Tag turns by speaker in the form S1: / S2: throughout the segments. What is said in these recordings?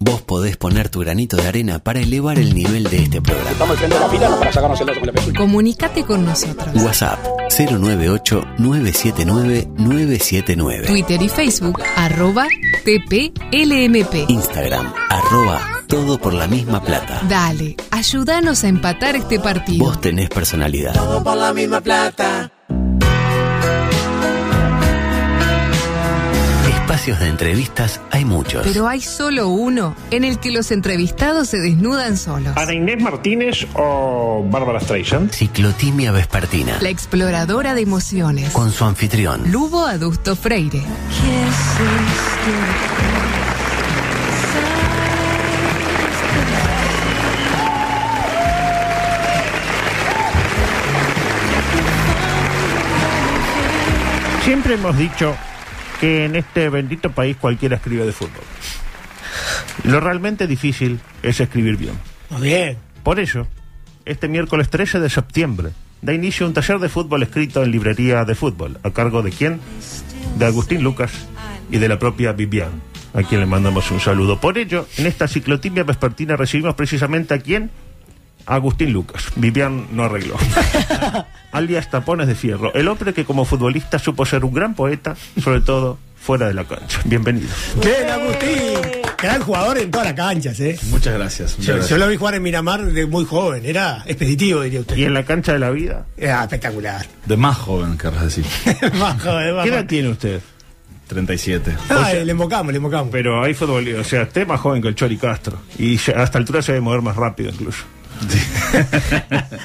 S1: Vos podés poner tu granito de arena para elevar el nivel de este programa.
S2: Estamos enfrente de la fila para sacarnos el oso con la pezuña.
S3: Comunícate con nosotros.
S1: WhatsApp 098-979-979.
S3: Twitter y Facebook, arroba TPLMP.
S1: Instagram, arroba todo por la misma plata.
S3: Dale, ayúdanos a empatar este partido.
S1: Vos tenés personalidad. Espacios de entrevistas hay muchos.
S3: Pero hay solo uno en el que los entrevistados se desnudan solos.
S4: ¿Ana Inés Martínez o Bárbara Streisand?
S1: Ciclotimia vespertina.
S3: La exploradora de emociones.
S1: Con su anfitrión.
S3: Lubo Adusto Freire.
S4: Siempre hemos dicho que en este bendito país cualquiera escribe de fútbol. Lo realmente difícil es escribir bien.
S5: Muy bien.
S4: Por ello, este miércoles 13 de septiembre da inicio un taller de fútbol escrito en librería de fútbol, a cargo de quién? De Agustín Lucas y de la propia Vivian, a quien le mandamos un saludo. Por ello, en esta ciclotimia vespertina recibimos precisamente a quién? A Agustín Lucas. Vivian no arregló. Alias Tapones de Fierro, el hombre que como futbolista supo ser un gran poeta, sobre todo fuera de la cancha. Bienvenido.
S5: Bien, Agustín. Gran jugador en todas las canchas, ¿eh?
S6: Muchas gracias. muchas
S5: Yo, yo
S6: gracias.
S5: lo vi jugar en Miramar de muy joven. Era expeditivo, diría usted.
S4: ¿Y en la cancha de la vida?
S5: Era espectacular.
S6: De más joven, querrás decir.
S5: más joven, más
S4: ¿Qué edad
S5: joven.
S4: tiene usted?
S6: 37.
S5: Ah, le invocamos, le invocamos.
S4: Pero hay fútbol, o sea, usted es más joven que el Chori Castro. Y ya- a esta altura se debe mover más rápido incluso.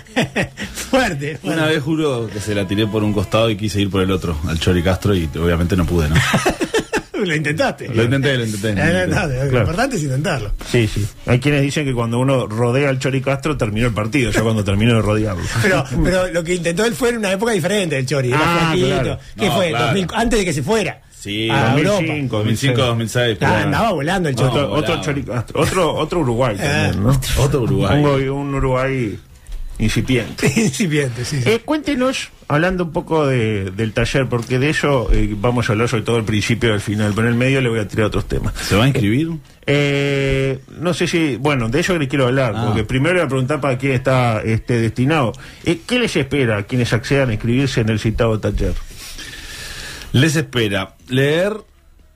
S5: fuerte, fuerte.
S6: Una vez juro que se la tiré por un costado y quise ir por el otro, al Chori Castro, y obviamente no pude, ¿no?
S5: lo intentaste.
S6: Lo intenté, lo intenté.
S5: Eh,
S6: lo
S5: no,
S6: intenté.
S5: no, Lo
S4: Claro.
S5: importante es intentarlo.
S4: Sí, sí. Hay quienes dicen que cuando uno rodea al Chori Castro terminó el partido, ya cuando terminó de rodearlo.
S5: Pero, pero lo que intentó él fue en una época diferente del Chori. Era
S4: Ah,
S5: flaquito.
S4: claro.
S5: ¿Qué
S6: No,
S5: fue?
S6: claro.
S5: 2000 antes de que se fuera.
S6: Sí, Ah,
S5: a
S4: 2005.
S5: Ah, Europa.
S6: 2005, 2006.
S5: Ah,
S6: pero bueno.
S5: andaba volando el Chori.
S4: otro,
S6: volado.
S4: otro Chori Castro, otro, otro Uruguay también, ¿no?
S6: Otro Uruguay.
S4: Un, un Uruguay incipiente.
S5: Incipiente, sí. sí.
S4: Eh, cuéntenos, hablando un poco de- del taller, porque de eso eh, vamos a hablar sobre todo al principio y al final, pero en el medio le voy a tirar otros temas.
S6: ¿Se va a inscribir?
S4: Eh, no sé si, bueno, de eso le quiero hablar,
S6: Ah.
S4: porque primero le voy a preguntar para quién está este, destinado. Eh, ¿Qué les espera a quienes accedan a inscribirse en el citado taller?
S6: Les espera leer,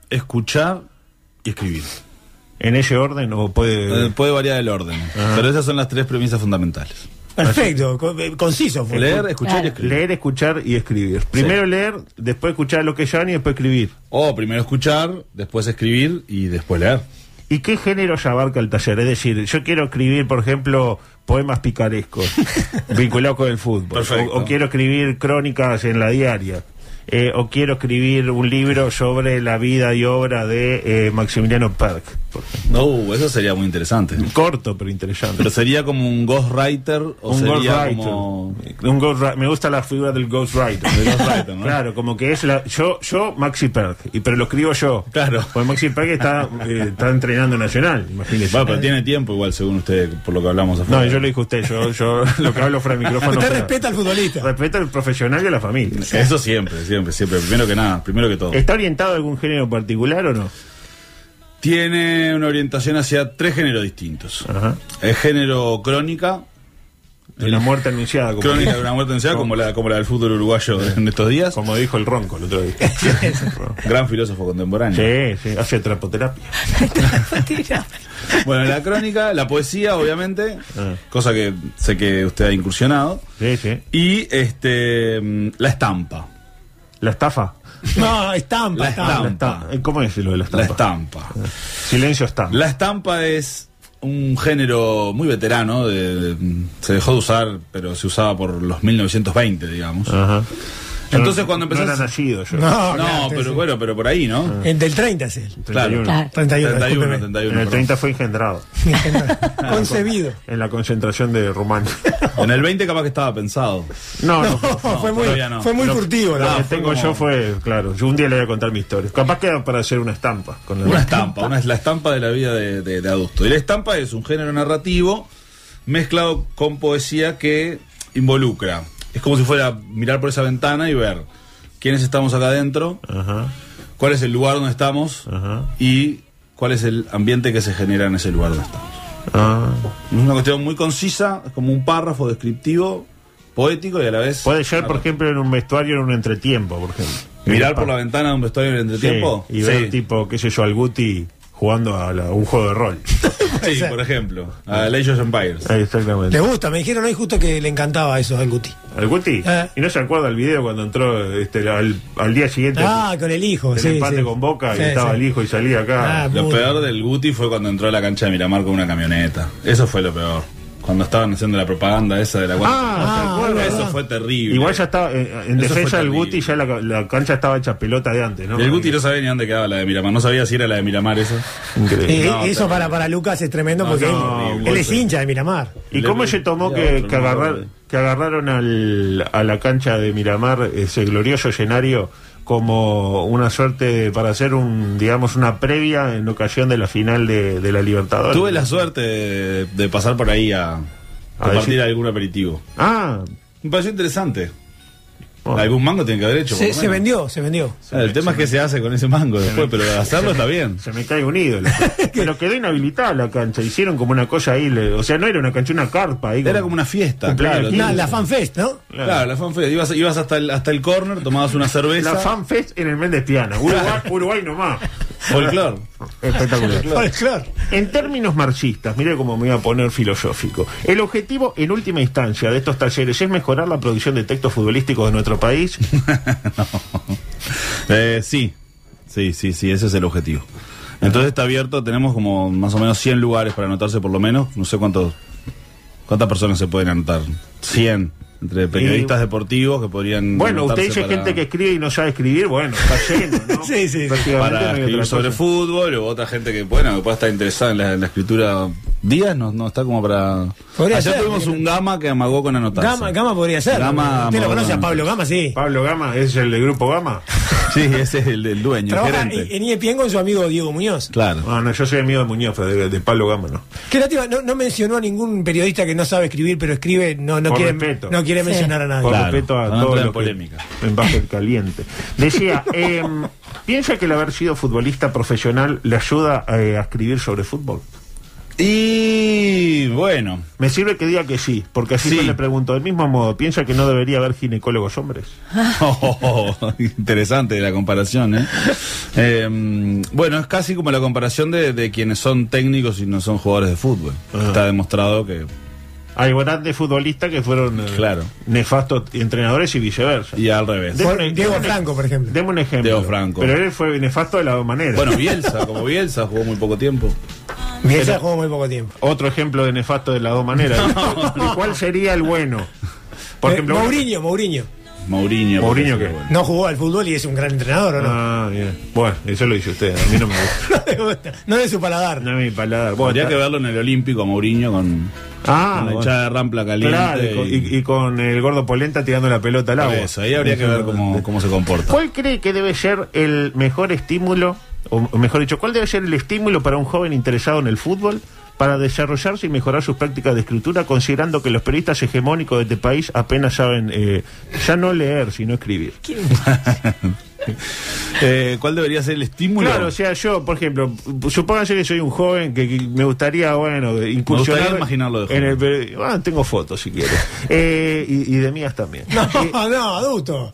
S6: escuchar y escribir.
S4: ¿En ese orden o puede...?
S6: Eh, puede variar el orden, pero esas son las tres premisas fundamentales.
S5: Perfecto, con- eh, conciso fue.
S6: Leer, escuchar y escribir.
S4: Leer, escuchar y escribir. Primero leer, después escuchar lo que llaman y después escribir.
S6: O Oh, primero escuchar, después escribir y después leer.
S4: ¿Y qué géneros abarca el taller? Es decir, yo quiero escribir, por ejemplo, poemas picarescos vinculados con el fútbol.
S6: Perfecto.
S4: O, o quiero escribir crónicas en la diaria. Eh, o quiero escribir un libro sobre la vida y obra de eh, Maximiliano Park. por ejemplo.
S6: No, eso sería muy interesante.
S4: Corto, pero interesante.
S6: Pero sería como un ghostwriter o
S4: un
S6: sería
S4: ghostwriter.
S6: como.
S4: Un ghostwri- Me gusta la figura del ghostwriter.
S6: de ghostwriter, ¿no?
S4: Claro, como que es la. Yo, yo Maxi Perk, y, pero lo escribo yo.
S6: Claro.
S4: Porque Maxi Perk está, eh, está entrenando Nacional, imagínese.
S6: Bueno, pero tiene tiempo igual, según usted, por lo que hablamos afuera.
S4: No, yo lo dije a usted, yo, yo lo que hablo fuera de micrófono.
S5: Usted
S4: fuera-
S5: respeta al futbolista.
S4: Respeta al profesional y a la familia.
S6: Eso siempre, siempre, siempre. Primero que nada, primero que todo.
S4: ¿Está orientado a algún género particular o no?
S6: Tiene una orientación hacia tres géneros distintos.
S4: Ajá.
S6: El género crónica,
S4: De la muerte anunciada, como,
S6: crónica de una muerte anunciada, como la, como la del fútbol uruguayo en estos días.
S4: como dijo el ronco el otro día.
S6: Gran filósofo contemporáneo.
S4: Sí, sí, hace trapoterapia.
S6: Bueno, la crónica, la poesía, obviamente,
S4: Ah.
S6: cosa que sé que usted ha incursionado.
S4: Sí, sí.
S6: Y este mm, la estampa.
S4: La estafa.
S5: No, estampa,
S6: La
S5: estampa.
S4: La
S6: estampa.
S4: esta- eh, ¿Cómo es lo de la
S6: La
S4: estafa?
S6: estampa.
S4: Silencio está.
S6: La estampa es un género muy veterano, de- de- se dejó de usar, pero se usaba por los 1920, digamos.
S4: Ajá.
S6: Entonces cuando
S4: Ah, No era Ah,
S6: empezás...
S4: nacido yo.
S5: No, claro,
S6: No,
S5: usted
S6: pero
S5: sí.
S6: bueno, pero por ahí,
S4: Ah,
S6: ¿no?
S5: En del 30 es él.
S4: 31.
S6: Claro.
S5: 31,
S6: 31,
S5: discúlpeme.
S4: En el
S6: 31,
S4: 30 fue engendrado.
S5: Concebido.
S4: En la concentración de Rumania.
S6: perdón. En el 20 capaz que estaba pensado.
S4: No, no.
S5: fue muy,
S6: todavía no.
S5: fue muy
S6: Lo-
S5: furtivo.
S4: Lo que
S5: la
S6: Ah,
S5: verdad.
S6: fue
S4: tengo
S6: como-
S4: yo fue, claro, yo un día le voy a contar mi historia. Capaz queda para hacer una estampa. Con la-
S6: Una estampa, una es la estampa de la vida de, de- de adulto. Y la estampa es un género narrativo mezclado con poesía que involucra. Es como si fuera mirar por esa ventana y ver quiénes estamos acá adentro,
S4: Ajá,
S6: cuál es el lugar donde estamos
S4: Ajá.
S6: y cuál es el ambiente que se genera en ese lugar donde estamos.
S4: Ah.
S6: Es una cuestión muy concisa, es como un párrafo descriptivo, poético y a la vez.
S4: Puede ser, por ejemplo, en un vestuario, en un entretiempo, por ejemplo.
S6: Mirar por la ventana de un vestuario en el
S4: Sí,
S6: entretiempo.
S4: Y ver, tipo, qué sé yo, al Guti jugando a la- un juego de rol.
S6: Sí, por ejemplo, a Age of Empires.
S4: Ah,
S5: ¿Te
S4: Exactamente.
S5: gusta? Me dijeron hoy justo que le encantaba eso al Guti.
S4: ¿Al Guti?
S5: Eh.
S4: Y no se acuerda el video cuando entró este, al, al día siguiente.
S5: Ah, con el hijo.
S4: el
S5: sí,
S4: empate
S5: sí.
S4: con Boca
S5: Sí,
S4: y estaba
S5: sí.
S4: el hijo y salía acá.
S5: Ah,
S6: Lo
S5: Muy
S6: peor
S5: bien.
S6: del Guti fue cuando entró a la cancha de Miramar con una camioneta. Eso fue lo peor. Cuando estaban haciendo la propaganda esa de la
S4: Ah,
S5: ¿se
S6: Bueno,
S5: acuerda?
S6: eso fue terrible.
S4: Igual ya estaba, eh, en
S6: Eso fue
S4: defensa del
S6: terrible.
S4: Guti ya la, la cancha estaba hecha pelota de antes, ¿no?
S6: El Guti no sabía ni dónde quedaba la de Miramar. No sabía si era la de Miramar eso.
S4: Increíble.
S5: Eh,
S6: No,
S5: eso
S6: terrible.
S5: para, para Lucas es tremendo porque
S6: no,
S5: él- él,
S6: horrible.
S5: es hincha de Miramar.
S4: ¿Y cómo se tomó que, que, agarrar-
S6: eh.
S4: que agarraron al, a la cancha de Miramar ese glorioso escenario como una suerte de- para hacer un digamos una previa en ocasión de la final de, de la Libertadores?
S6: Tuve la suerte de, de pasar por ahí a, a compartir
S4: decir-
S6: algún aperitivo.
S4: Ah,
S6: Me pareció interesante.
S4: bueno.
S6: Algún mango tiene que haber hecho. por
S5: Se,
S6: lo
S5: se
S6: menos.
S5: vendió, se vendió.
S6: Ah, el tema es que se hace con ese mango después, pero hacerlo está bien.
S4: se me cae un ídolo. Pero quedó inhabilitada la cancha. Hicieron como una cosa ahí. le- o sea, no era una cancha, una carpa. Ahí
S6: Era
S4: con-
S6: como una fiesta,
S4: cumpleaños
S6: claro.
S4: de
S5: La,
S4: quince.
S5: la fanfest, ¿no?
S6: Claro, la fanfare. Ibas, ibas hasta el, hasta el corner, tomabas una cerveza.
S4: La fanfest en el Méndez Piana. Uruguay, Uruguay nomás.
S6: Folclor.
S4: Espectacular.
S5: Claro.
S4: En términos marxistas, mire cómo me voy a poner filosófico. El objetivo, en última instancia, de estos talleres es mejorar la producción de textos futbolísticos de nuestro país.
S6: Eh, sí, sí, sí, sí, ese es el objetivo. Entonces está abierto, tenemos como más o menos 100 lugares para anotarse por lo menos. No sé cuántos, cuántas personas se pueden anotar. 100. Entre periodistas deportivos que podrían...
S4: Bueno, usted
S6: anotarse
S4: dice
S6: para-
S4: gente que escribe y no sabe escribir, bueno, está lleno, ¿no?
S5: Sí, sí, sí.
S4: Prácticamente no
S6: Para
S4: hay
S6: escribir
S4: otra
S6: sobre
S4: cosa.
S6: fútbol o otra gente que, bueno, que pueda estar interesada en la, en la escritura. Díaz no, no está como para...
S5: Podría
S6: Ayer
S5: ser,
S6: tuvimos un Gama que amagó con anotarse.
S5: Gama, Gama podría ser.
S6: Gama
S5: Usted lo
S6: amagó
S5: conoce a
S6: con
S5: Pablo Gama, sí.
S4: Pablo Gama, es el del grupo Gama.
S6: Sí, ese es el, el dueño, el
S5: Trabaja
S6: gerente.
S5: en en ESPN con su amigo Diego Muñoz.
S6: Claro.
S4: Ah, no, yo soy amigo de Muñoz, pero de, de Pablo Gama, ¿no?
S5: Qué lástima, no, no mencionó a ningún periodista que no sabe escribir, pero escribe, no, no
S4: Por
S5: quiere,
S4: respeto.
S5: no quiere mencionar a nadie.
S4: Con
S6: Claro,
S4: respeto a
S6: para no
S4: todo
S6: entrar en
S4: lo que-
S6: polémica.
S4: en bajo el caliente. Decía, em, ¿piensa que el haber sido futbolista profesional le ayuda eh, a escribir sobre fútbol?
S6: Y bueno,
S4: Me sirve que diga que sí, porque así
S6: Sí.
S4: yo le pregunto del mismo modo, ¿piensa que no debería haber ginecólogos hombres?
S6: Oh, interesante la comparación, ¿eh? Eh, Bueno, es casi como la comparación de, de quienes son técnicos y no son jugadores de fútbol.
S4: Ah.
S6: Está demostrado que...
S4: Hay grandes futbolistas que fueron eh,
S6: Claro.
S4: nefastos entrenadores y viceversa.
S6: Y al revés.
S4: De-
S5: Por- Diego Franco, por ejemplo.
S4: Deme un ejemplo.
S6: Teo Franco.
S4: Pero él fue nefasto de la dos maneras.
S6: Bueno, Bielsa, como Bielsa jugó muy poco tiempo.
S5: Bielsa jugó muy poco tiempo.
S4: Otro ejemplo de nefasto de las dos maneras. ¿Y ¿Cuál sería el bueno? Por
S5: Eh,
S4: ejemplo,
S5: Mourinho, Mourinho.
S6: Mourinho.
S4: Mourinho,
S6: por
S4: ¿qué?
S6: ejemplo,
S5: No jugó al fútbol y es un gran entrenador, ¿o no?
S4: Ah, bien. Bueno, eso lo dice usted. A mí no me gusta.
S5: No, le gusta, no es de su paladar.
S4: No es mi paladar. Bueno,
S6: Habría
S4: está-
S6: que verlo en el Olímpico a Mourinho con,
S4: Ah,
S6: con la
S4: bueno.
S6: hinchada de Rampla caliente.
S4: Claro, y, con- y- y con el gordo Polenta tirando la pelota al
S6: Por
S4: agua.
S6: eso, ahí habría que ver cómo, cómo se comporta.
S4: ¿Cuál cree que debe ser el mejor estímulo, o o mejor dicho, cuál debe ser el estímulo para un joven interesado en el fútbol para desarrollarse y mejorar sus prácticas de escritura, considerando que los periodistas hegemónicos de este país apenas saben eh, ya no leer, sino escribir?
S6: Eh, ¿Cuál debería ser el estímulo?
S4: Claro, o sea, yo, por ejemplo, supónganse que soy un joven que, que me gustaría, bueno, de- incursionar.
S6: imaginarlo de
S4: en el
S6: joven.
S4: peri- Ah, tengo fotos si quieres. Eh, y, y de mías también. Eh,
S5: No, no, adulto.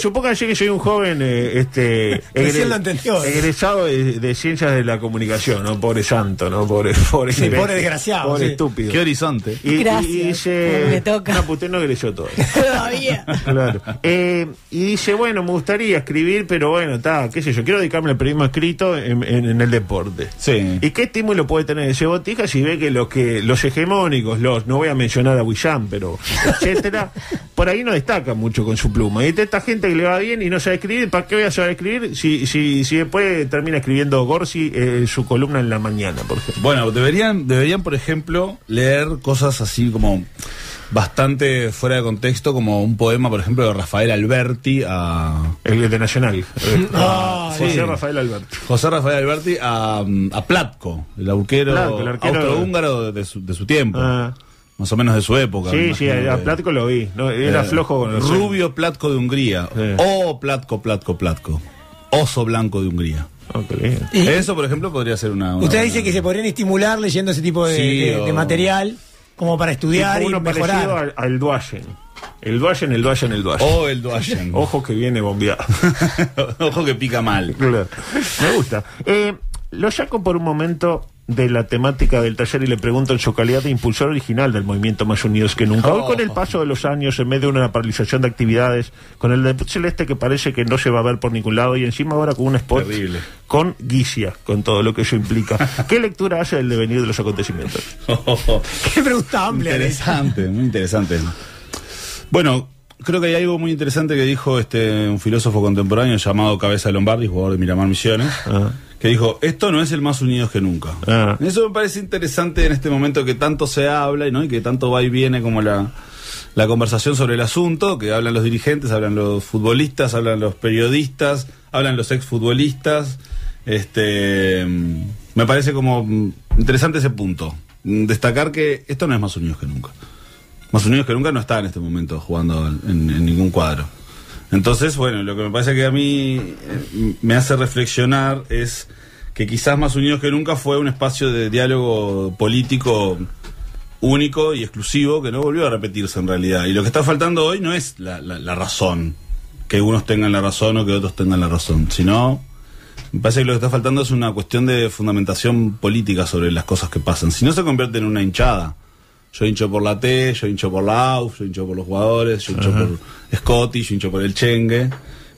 S4: Supónganse que soy un joven eh, este,
S5: Recién lo entendió. ¿eh?
S4: egresado de, de ciencias de la comunicación, ¿no? Pobre santo, ¿no? Pobre, pobre, este,
S5: Sí, pobre desgraciado,
S4: Pobre
S5: sí.
S4: estúpido.
S6: ¿Qué horizonte?
S4: Y, y-
S7: Gracias,
S4: y dice.
S7: me toca.
S4: No, pues usted no egresó todo.
S7: Todavía.
S4: Claro. Eh, y dice, bueno, me gustaría escribir, pero bueno, está, qué sé yo, quiero dedicarme al periodismo escrito en, en- en el deporte.
S6: Sí.
S4: ¿Y qué estímulo puede tener ese botija si ve que los que los hegemónicos, los no voy a mencionar a William, pero etcétera, por ahí no destaca mucho con su pluma? Y está esta gente que le va bien y no sabe escribir, ¿para qué voy a saber escribir si, si, si después termina escribiendo Gorsi eh, su columna en la mañana, por ejemplo?
S6: Bueno, deberían, deberían, por ejemplo, leer cosas así como bastante fuera de contexto, como un poema, por ejemplo, de Rafael Alberti a.
S4: El de Nacional. Eh,
S5: Ah,
S4: José
S6: sí.
S4: Rafael Alberto.
S6: José Rafael Alberti a, mm, a Platko, el arquero,
S4: Platko, el arquero-
S6: austrohúngaro de su, de su tiempo.
S4: Ah.
S6: Más o menos de su época. me
S4: Sí, sí,
S6: imagino
S4: a, a
S6: que-
S4: Platco lo vi. no, era
S6: Eh,
S4: flojo con los-
S6: Rubio Platco de Hungría.
S4: Sí.
S6: O Platco, Platco, Platco. Oso blanco de Hungría.
S4: Oh, qué lindo.
S5: Y
S6: Eso, por ejemplo, podría ser una. una-
S5: usted dice que se podrían estimular leyendo ese tipo de,
S6: Sí,
S5: de- de
S6: o-
S5: material como para estudiar
S4: Tipo
S5: y
S4: uno parecido
S5: mejorar.
S4: al, al Duayen. El Duayen, el Duayen, el Duayen.
S6: O el Duayen.
S4: Ojo que viene bombeado.
S6: Ojo que pica mal.
S4: Claro. Me gusta. Eh, lo saco por un momento de la temática del taller y le pregunto en su calidad de impulsor original del movimiento Más Unidos que Nunca. Hoy
S6: Oh.
S4: con el paso de los años, en medio de una paralización de actividades, con el debut celeste que parece que no se va a ver por ningún lado y encima ahora con un spot
S6: Terrible.
S4: con Guisia, con todo lo que eso implica. ¿Qué lectura hace del devenir de los acontecimientos?
S5: Qué pregunta amplia.
S6: interesante, muy interesante. Bueno, creo que hay algo muy interesante que dijo este un filósofo contemporáneo llamado Cabeza Lombardi, jugador de Miramar Misiones,
S4: Ah.
S6: que dijo, esto no es el más unidos que nunca.
S4: Ah.
S6: Eso me parece interesante en este momento que tanto se habla ¿no? y que tanto va y viene como la, la conversación sobre el asunto, que hablan los dirigentes, hablan los futbolistas, hablan los periodistas, hablan los exfutbolistas. Este, mm, me parece como mm, interesante ese punto. Mm, Destacar que esto no es más unidos que nunca. Más unidos que nunca no está en este momento jugando en, en ningún cuadro. Entonces, bueno, lo que me parece que a mí eh, me hace reflexionar es que quizás Más Unidos que Nunca fue un espacio de diálogo político único y exclusivo que no volvió a repetirse en realidad. Y lo que está faltando hoy no es la, la- la razón, que unos tengan la razón o que otros tengan la razón, sino me parece que lo que está faltando es una cuestión de fundamentación política sobre las cosas que pasan. Si no se convierte en una hinchada, yo hincho por la T, yo hincho por la AUF, yo hincho por los jugadores, yo hincho por Scotty, yo hincho por el Chengue.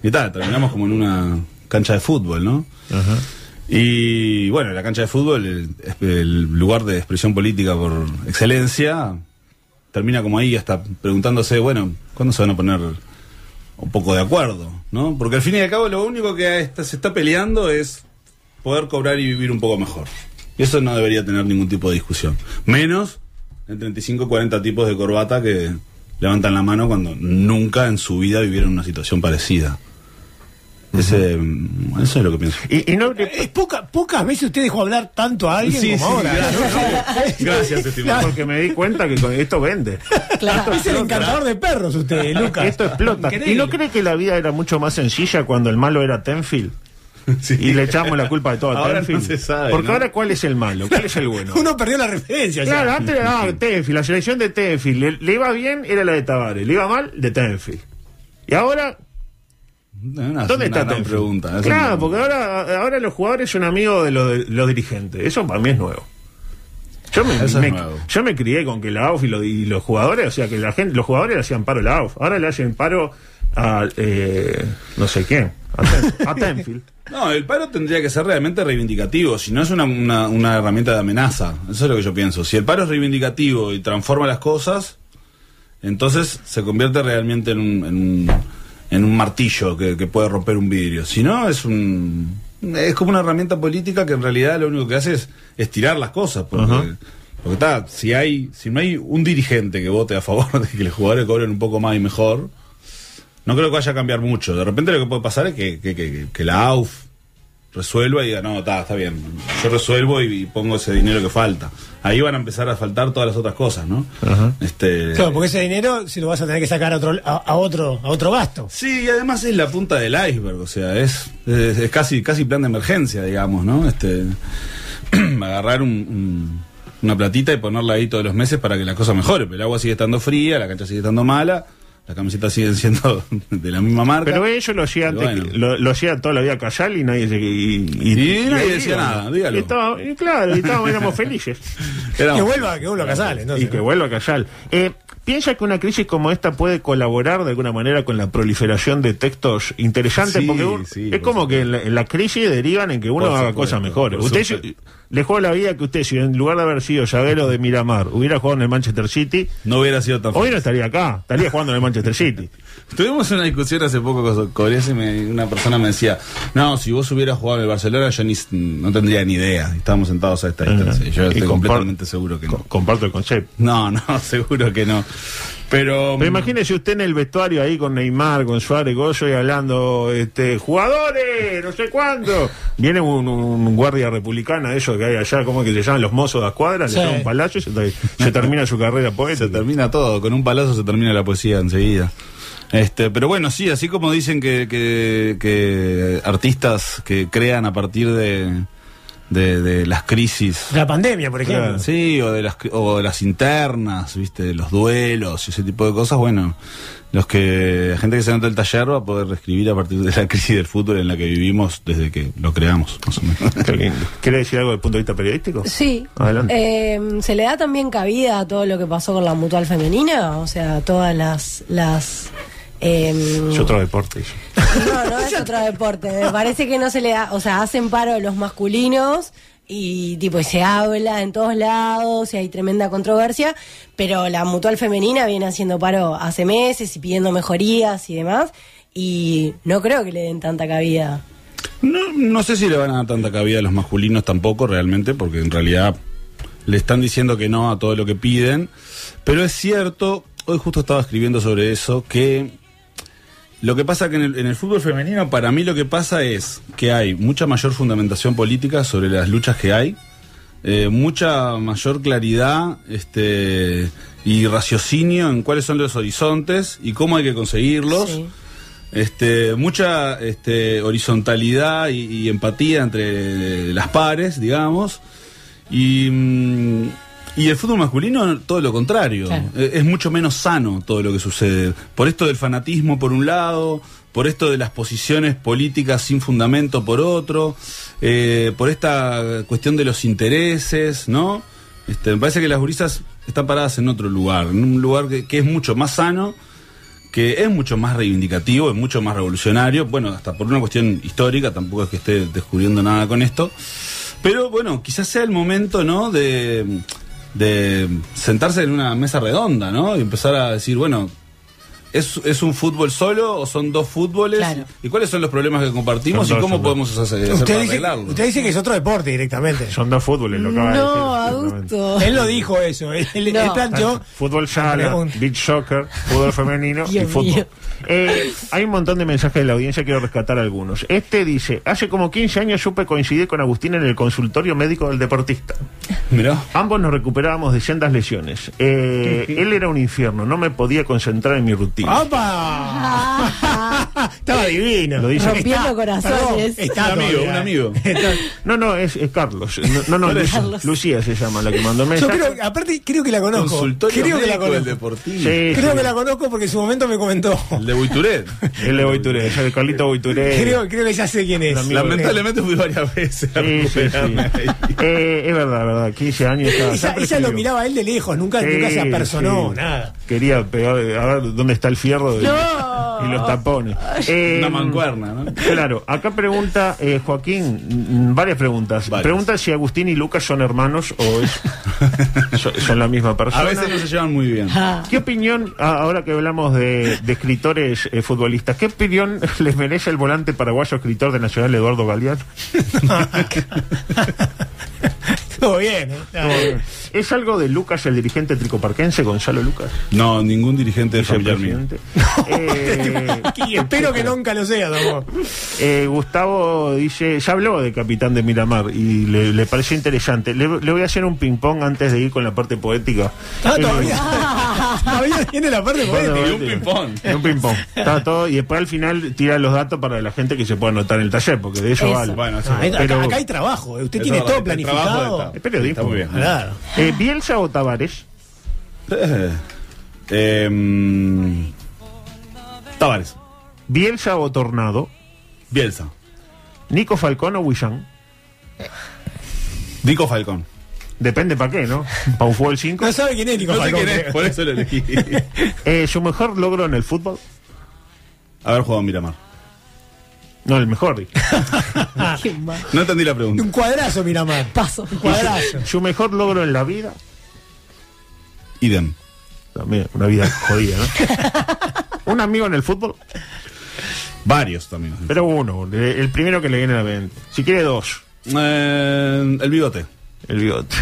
S6: Y tal, terminamos como en una cancha de fútbol, ¿no? Y bueno, la cancha de fútbol, el, el lugar de expresión política por excelencia, termina como ahí hasta preguntándose, bueno, ¿cuándo se van a poner un poco de acuerdo? ¿No? Porque al fin y al cabo lo único que está- se está peleando es poder cobrar y vivir un poco mejor. Y eso no debería tener ningún tipo de discusión. Menos en 35 o 40 tipos de corbata que levantan la mano cuando nunca en su vida vivieron una situación parecida. Ese, mm, Eso es lo que pienso.
S4: Y, y no le-
S5: Es Eh, poca, pocas veces usted dejó hablar tanto a alguien
S6: Sí,
S5: como
S6: sí,
S5: ahora.
S6: gracias. Gracias, estimado.
S4: porque me di cuenta que con esto vende.
S5: Es el encantador de perros usted, Lucas.
S4: Esto explota. ¿Y no cree que la vida era mucho más sencilla cuando el malo era Tenfield?
S6: Sí.
S4: Y le echamos la culpa de todo a
S6: Ahora
S4: Tenfield.
S6: no se sabe,
S4: Porque
S6: ¿no?
S4: ahora, ¿cuál es el malo? ¿Cuál es el bueno?
S5: Uno perdió la referencia. ya.
S4: Claro, antes le daba Tenfield, la selección de Tenfield. Le, le iba bien, era la de Tavares. Le iba mal, de Tenfield. Y ahora,
S6: Una-
S4: ¿dónde
S6: una
S4: está
S6: gran
S4: Tenfield?
S6: pregunta. Es
S4: Claro,
S6: una-
S4: porque ahora, ahora los jugadores son amigos de los, los dirigentes. Eso para mí es nuevo. Yo me,
S6: Eso es
S4: me-
S6: nuevo.
S4: yo me crié con que la AUF y, lo- y los jugadores, o sea, que la gente, los jugadores le hacían paro a la AUF. Ahora le hacen paro a eh, no sé quién, a, Ten- a Tenfield.
S6: No, el paro tendría que ser realmente reivindicativo, si no es una, una- una herramienta de amenaza. Eso es lo que yo pienso. Si el paro es reivindicativo y transforma las cosas, entonces se convierte realmente en un, en un, en un martillo que, que puede romper un vidrio. Si no, es un es como una herramienta política que en realidad lo único que hace es estirar las cosas. Porque, porque está, si, hay, si no hay un dirigente que vote a favor de que los jugadores cobren un poco más y mejor, no creo que vaya a cambiar mucho. De repente lo que puede pasar es que, que- que- que la AUF resuelva y diga, no, está, está bien, yo resuelvo y, y pongo ese dinero que falta. Ahí van a empezar a faltar todas las otras cosas, ¿no? Este,
S5: Claro, porque ese dinero se lo vas a tener que sacar a otro, a, a otro, a otro gasto.
S6: Sí, y además es la punta del iceberg, o sea, es, es- es casi, casi plan de emergencia, digamos, ¿no? Este, agarrar un- un- una platita y ponerla ahí todos los meses para que la cosa mejore, pero el agua sigue estando fría, la cancha sigue estando mala, las camisetas siguen siendo de la misma marca.
S4: Pero eso lo hacía antes,
S6: Bueno.
S4: que- lo, lo hacía toda la vida Casal y nadie, se- y,
S6: Y nadie decía
S4: y-
S6: nada, dígalo.
S4: Y estaba- y claro, y estábamos- éramos felices.
S6: Era-
S5: Que vuelva, que vuelva a casar, entonces.
S4: Y que vuelva a callar. Eh, ¿Piensa que una crisis como esta puede colaborar de alguna manera con la proliferación de textos interesantes?
S6: Sí,
S4: Porque un-
S6: sí,
S4: es
S6: por
S4: como
S6: supuesto.
S4: que en la, en la crisis derivan en que uno
S6: Por
S4: haga
S6: supuesto,
S4: cosas mejores.
S6: por
S4: Usted
S6: supuesto.
S4: si- le juega la vida que usted, si en lugar de haber sido zaguero de Miramar, hubiera jugado en el Manchester City,
S6: No hubiera sido tan
S4: hoy no estaría acá, estaría jugando en el Manchester City.
S6: Tuvimos una discusión hace poco con Cobres y me- una persona me decía, no, si vos hubieras jugado en el Barcelona yo ni, no tendría ni idea. Estábamos sentados a esta distancia. Y yo
S4: Y
S6: estoy
S4: compar-
S6: completamente seguro que
S4: Co-
S6: no.
S4: comparto el concepto.
S6: No, no, seguro que no. Pero... mm,
S4: Pero imagínese usted en el vestuario ahí con Neymar, con Suárez, Gozo y hablando, este, jugadores, no sé cuándo. Viene un, un guardia republicana de esos que hay allá, ¿cómo es que se llaman? Los mozos de la cuadra,
S5: Sí.
S4: le llevan un palacio y se, se termina su carrera
S6: se
S4: poética.
S6: termina todo, con un palazo se termina la poesía enseguida. Este, pero bueno, sí, así como dicen que, que- que artistas que crean a partir de, de- de las crisis.
S5: La pandemia, por ejemplo.
S6: Sí, o de, las, cri- o de las internas, ¿viste? De los duelos y ese tipo de cosas. Bueno, los que la gente que se anota el taller va a poder escribir a partir de la crisis del fútbol en la que vivimos desde que lo creamos, más o menos.
S4: ¿Quiere decir algo desde el punto de vista periodístico?
S7: Sí.
S4: Adelante.
S7: Eh, ¿Se le da también cabida a todo lo que pasó con la mutual femenina? O sea, todas las... las em,
S4: es otro deporte. eso.
S7: No, no es otro deporte. Me parece que no se le da. O sea, hacen paro los masculinos y tipo y se habla en todos lados y hay tremenda controversia. Pero la mutual femenina viene haciendo paro hace meses y pidiendo mejorías y demás. Y no creo que le den tanta cabida.
S6: No, no sé si le van a dar tanta cabida a los masculinos tampoco realmente, porque en realidad le están diciendo que no a todo lo que piden. Pero es cierto, hoy justo estaba escribiendo sobre eso, que lo que pasa que en el, en el fútbol femenino, para mí lo que pasa es que hay mucha mayor fundamentación política sobre las luchas que hay, eh, mucha mayor claridad este, y raciocinio en cuáles son los horizontes y cómo hay que conseguirlos
S7: Sí.
S6: este, mucha este, horizontalidad y, y empatía entre las pares, digamos. Y, mm, y el fútbol masculino, todo lo contrario.
S7: Claro.
S6: Eh, Es mucho menos sano todo lo que sucede. Por esto del fanatismo, por un lado, por esto de las posiciones políticas sin fundamento, por otro, eh, por esta cuestión de los intereses, ¿no? Este, me parece que las gurisas están paradas en otro lugar, en un lugar que- que es mucho más sano que es mucho más reivindicativo, es mucho más revolucionario, bueno, hasta por una cuestión histórica, tampoco es que esté descubriendo nada con esto, pero bueno, quizás sea el momento, ¿no?, de, de sentarse en una mesa redonda, ¿no?, y empezar a decir, bueno, ¿es, es un fútbol solo o son dos fútboles?
S7: Claro.
S6: ¿Y cuáles son los problemas que compartimos
S4: Son
S6: y
S4: dos,
S6: cómo
S4: son
S6: podemos hacer, hacer
S5: Usted
S6: para
S5: dice,
S6: arreglarlo?
S5: usted dice que es otro deporte directamente.
S4: Son dos fútboles, lo acaba
S7: No,
S4: de decir. exactamente.
S7: adulto.
S5: Él lo dijo eso. Él, él
S7: No.
S5: planteó.
S4: Fútbol sala,
S5: Pregunta.
S4: beach soccer, fútbol femenino y
S7: Ah, Dios
S4: fútbol.
S7: mío.
S4: Eh, hay un montón de mensajes de la audiencia, quiero rescatar algunos. Este dice, hace como 15 años supe coincidir con Agustín en el consultorio médico del deportista.
S6: Mirá.
S4: Ambos nos recuperábamos de sendas lesiones. Eh, él era un infierno, no me podía concentrar en mi rutina.
S6: Ah,
S4: Eh,
S5: ¡Opa! Ah. Estaba divino.
S4: Lo dice-
S7: Rompiendo
S5: Está- perdón,
S7: corazones.
S5: está
S6: Un amigo,
S5: todavía.
S6: un amigo.
S5: Está-
S4: No, no, es, es Carlos. No, no, no, Lu-
S7: Carlos.
S4: Lucía se llama la que mandó
S5: Yo
S4: mensaje.
S5: creo, aparte, creo que la conozco.
S6: Consultorio
S5: creo que la
S6: médico del
S5: conozco.
S6: deportivo.
S4: Sí,
S5: Creo
S4: sí.
S5: que la conozco porque en su momento me comentó.
S6: El de Buituret.
S4: Él es Boituré, es el Carlito Boituré.
S5: Creo, creo que ya sé quién es.
S6: Lamentablemente fui varias veces a
S4: Sí, sí, sí.
S6: recuperarme ahí.
S4: Eh, es verdad, verdad. 15 años.
S6: Ah,
S4: estaba-
S5: Ella,
S4: siempre
S5: ella lo
S4: escribió.
S5: miraba a él de lejos, nunca,
S4: Sí,
S5: nunca se apersonó,
S4: sí.
S5: nada.
S4: Quería pegar, a ver dónde está el fierro de-
S7: No.
S4: y los tapones. Eh,
S6: Una mancuerna, ¿no?
S4: Claro, acá pregunta eh, Joaquín mm, varias preguntas.
S6: Varias.
S4: Pregunta si Agustín y Lucas son hermanos o es- so- son la misma persona.
S6: A veces no se llevan muy bien.
S7: Ah.
S4: ¿Qué opinión, a- ahora que hablamos de, de escritores eh, futbolistas, qué opinión les merece el volante paraguayo escritor de Nacional Eduardo Galeano?
S5: Todo bien, ¿eh? Está bien.
S4: ¿Es algo de Lucas, el dirigente tricoparquense, Gonzalo Lucas?
S6: No, ningún dirigente de familiar mío.
S4: Vicepresidente. Eh,
S5: Y espero que nunca lo sea, Domo.
S4: Eh, Gustavo dice, ya habló de Capitán de Miramar y le, le pareció interesante. Le, le voy a hacer un ping-pong antes de ir con la parte poética.
S5: Ah,
S4: Eh,
S5: todavía. todavía tiene la parte
S4: bueno,
S5: poética.
S6: Y un ping-pong.
S4: y un ping-pong. Está todo, y después al final tira los datos para la gente que se pueda anotar en el taller, porque de eso,
S7: Eso.
S4: vale.
S6: Bueno, eso-
S5: Ah, acá-
S4: pero-
S5: acá hay trabajo, ¿eh? usted
S6: eso
S5: tiene
S6: es
S5: todo
S6: verdad, el trabajo
S5: planificado.
S6: está-
S4: Es periodismo.
S6: Está muy bien.
S5: Claro.
S4: Eh, ¿Bielsa o Tavares?
S6: Eh, em, Tavares,
S4: ¿Bielsa o Tornado?
S6: Bielsa,
S4: ¿Nico Falcón o Wishan?
S6: Dico Falcón.
S4: Depende para qué, ¿no? Para un fútbol 5.
S5: No sabe quién es Nico
S6: No sé
S5: Falcón,
S6: quién es,
S5: creo.
S6: por eso lo elegí.
S4: Eh, ¿Su mejor logro en el fútbol?
S6: Haber jugado en Miramar.
S4: No, el mejor. dije.
S7: Qué mal.
S6: No entendí la pregunta.
S5: Un cuadrazo, Miramar.
S7: Paso.
S5: Un cuadrazo.
S4: ¿Su mejor logro en la vida?
S6: Idem.
S4: También, una vida jodida, ¿no? ¿Un amigo en el fútbol?
S6: Varios también.
S4: Pero uno, eh, el primero que le viene a la mente. Si quiere dos,
S6: Eh, el bigote.
S4: el bigote.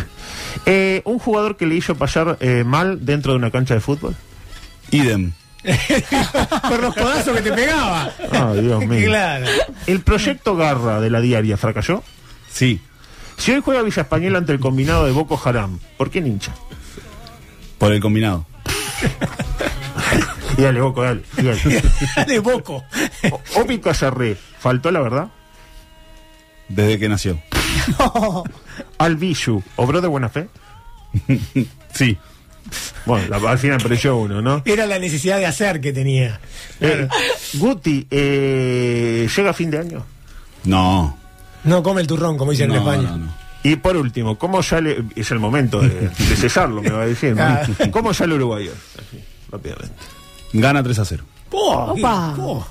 S4: Eh, ¿Un jugador que le hizo pasar eh, mal dentro de una cancha de fútbol?
S6: Idem.
S5: Por los codazos que te pegaba.
S4: Ah, Dios mío.
S5: Claro.
S4: ¿El proyecto Garra de la diaria fracasó?
S6: Sí.
S4: Si hoy juega Villa Española ante el combinado de Boko Haram, ¿por qué hincha?
S6: Por el combinado.
S4: Y dale, Boco, dale. y dale.
S5: Dale, Boco.
S4: O- Obi Casarré, faltó la verdad.
S6: Desde que nació.
S4: Albichu, obró de buena fe.
S6: Sí.
S4: Bueno, la- al final apareció uno, ¿no?
S5: Era la necesidad de hacer que tenía.
S4: Eh, Guti, eh, llega a fin de año.
S6: No.
S5: No come el turrón, como dicen
S6: no,
S5: en España.
S6: no, no.
S4: Y por último, ¿cómo sale? Es el momento de, de cesarlo, me va a decir. ¿no?
S5: Ah.
S4: ¿Cómo sale Uruguayo? Así, rápidamente.
S6: Gana 3 a 0.
S5: Po,
S7: Opa.
S5: po.